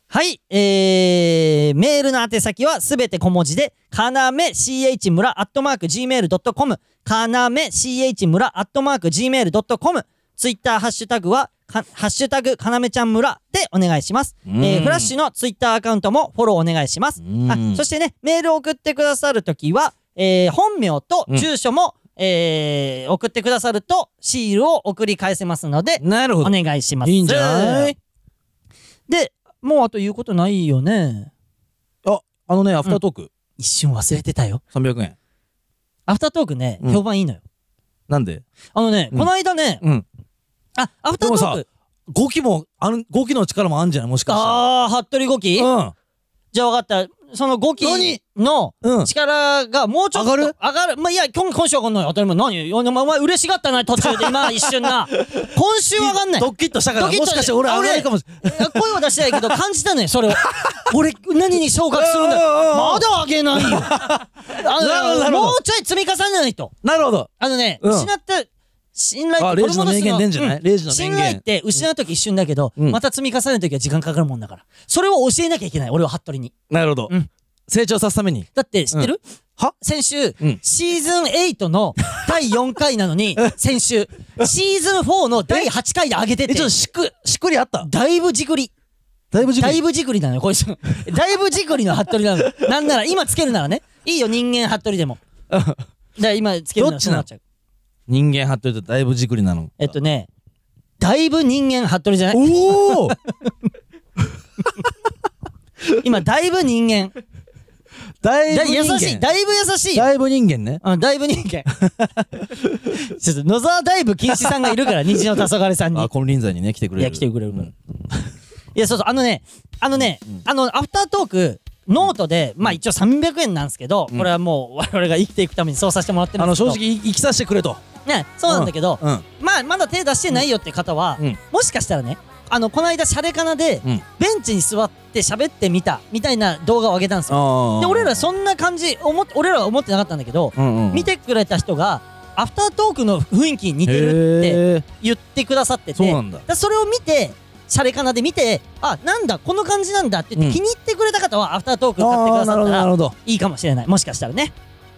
はい、えー、メールの宛先はすべて小文字で、かなめ ch 村アットマーク gmail.com、かなめ ch 村アットマーク gmail.com、ツイッターハッシュタグは、かハッシュタグかなめちゃん村でお願いします。え
うん
ー、フラッシュのツイッターアカウントもフォローお願いします。
うん
あそしてね、メールを送ってくださるときは、えー、本名と住所も、えー、送ってくださるとシールを送り返せますので、
なるほ
お
ど。
願いします。
いいんじゃない
で、もうあと言うことないよね。
あ、あのね、アフタートーク、
一瞬忘れてたよ。
300円。
アフタートークね、
うん
評判いいのよ。
なんで
あのね、
うん
この間ね、
うん。
あ、アフタートーク。
5期も、あの、5期の力もあんじゃないもしかした
あ
ら。
ー、服部五期、
うん。
じゃあ分かった。その五期
何
の
うん
力がもうちょっと
上がる
上がる。まあ、いや、今今週上がんない。当たり前。何お前お前嬉しがったな、途中で。今、一瞬 な。今週上がんない。
ドッキッとしたから、
ドキッ
も
と
しかして俺上がれるかもしれない。
声を出してないけど感じたのよ、 それを。俺、何に昇格するんだ
うんうんうん
まだ上げない よ。あ
なるほどな
の
るほど
もうちょい積み重ねないと。
なるほど。
あのね、
うん
失った信頼
あ、
って
レイ
取り
ジの
戻
名
す
言出んじゃない
うん
レイジの名
信頼っ
言。
て失うとき一瞬だけど、
うん
また積み重ねるときは時間かかるもんだから。それを教えなきゃいけない、俺は服部に。
なるほど
うん。
成長さすために。
だって知ってる、
は
先週、
うん
シーズン8の第4回なのに、先週、シーズン4の第8回で上げて
え、ちょってと、しっく、しっくりあった
だいぶじくり。
だいぶ時
だいぶじくりなのよ、 こいつ。だいぶじくりの服部なのよ。なんなら、今つけるならね。いいよ、人間服部 でも。だから今つけるな
ど
ら
っ
そ
ち
う
な
な
の
っちゃう。
人間張っといてだいぶじくりなの。
えっとね、だいぶ人間服部じゃない
おお
今、だいぶ人間。
だいぶ
だ
人
優
間。
しい。だいぶ優しいよ。
だいぶ人間ね。
うん、だいぶ人 間。ちょっと野沢だいぶ禁止さんがいる から、虹の黄昏さんに
あ、。金輪際にね、来てくれ
い
る。
や、来てくれるから。
うん
いや、そうそう、あのね、あのね、あの、アフタートーク、ノートで、まあ一応300円なんですけど、
うん
これはもう我々が生きていくためにそうさせてもらってる
あ
んで
の、
すけど。
正直、い生きさせてくれと。
ね、そうなんだけど、
うん。
まあ、まだ手出してないよって方は、
うん
もしかしたらね、あの、この間、シャレカナで、
うん
ベンチに座って喋ってみた、みたいな動画を上げたんですよ。
あ
で、俺ら
そ
そんな感じ、思っ俺らは思ってなかったんだけど、
うんうん。
見てくれた人が、アフタートークの雰囲気に似てるって
へー
言ってくださってて、
そうなんだ
だ。からそれを見て、シャレカナで見て、あ、なんだ、この感じなんだって言って、
う
気
ん
に入ってくれた方は、アフタートークを買ってく
ああー、
ださ
な
っ
る
た
ほど、なる
ら、
ほど。
いいかもしれない。もしかしたらね。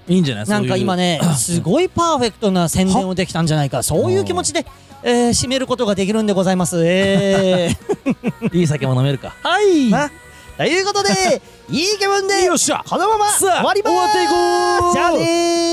いいんじゃない
なんか今。ね、す ごいパーフェクトな宣伝をできたんじゃないか、そういう気持ちで、えー、締めることができるんでございます。え ー、
そういういい酒も飲めるか。
はい
な。
ということで、いい気分で、
よっしゃ
このまま
さあ
終わりま
終わってい
す
こう
じゃあねー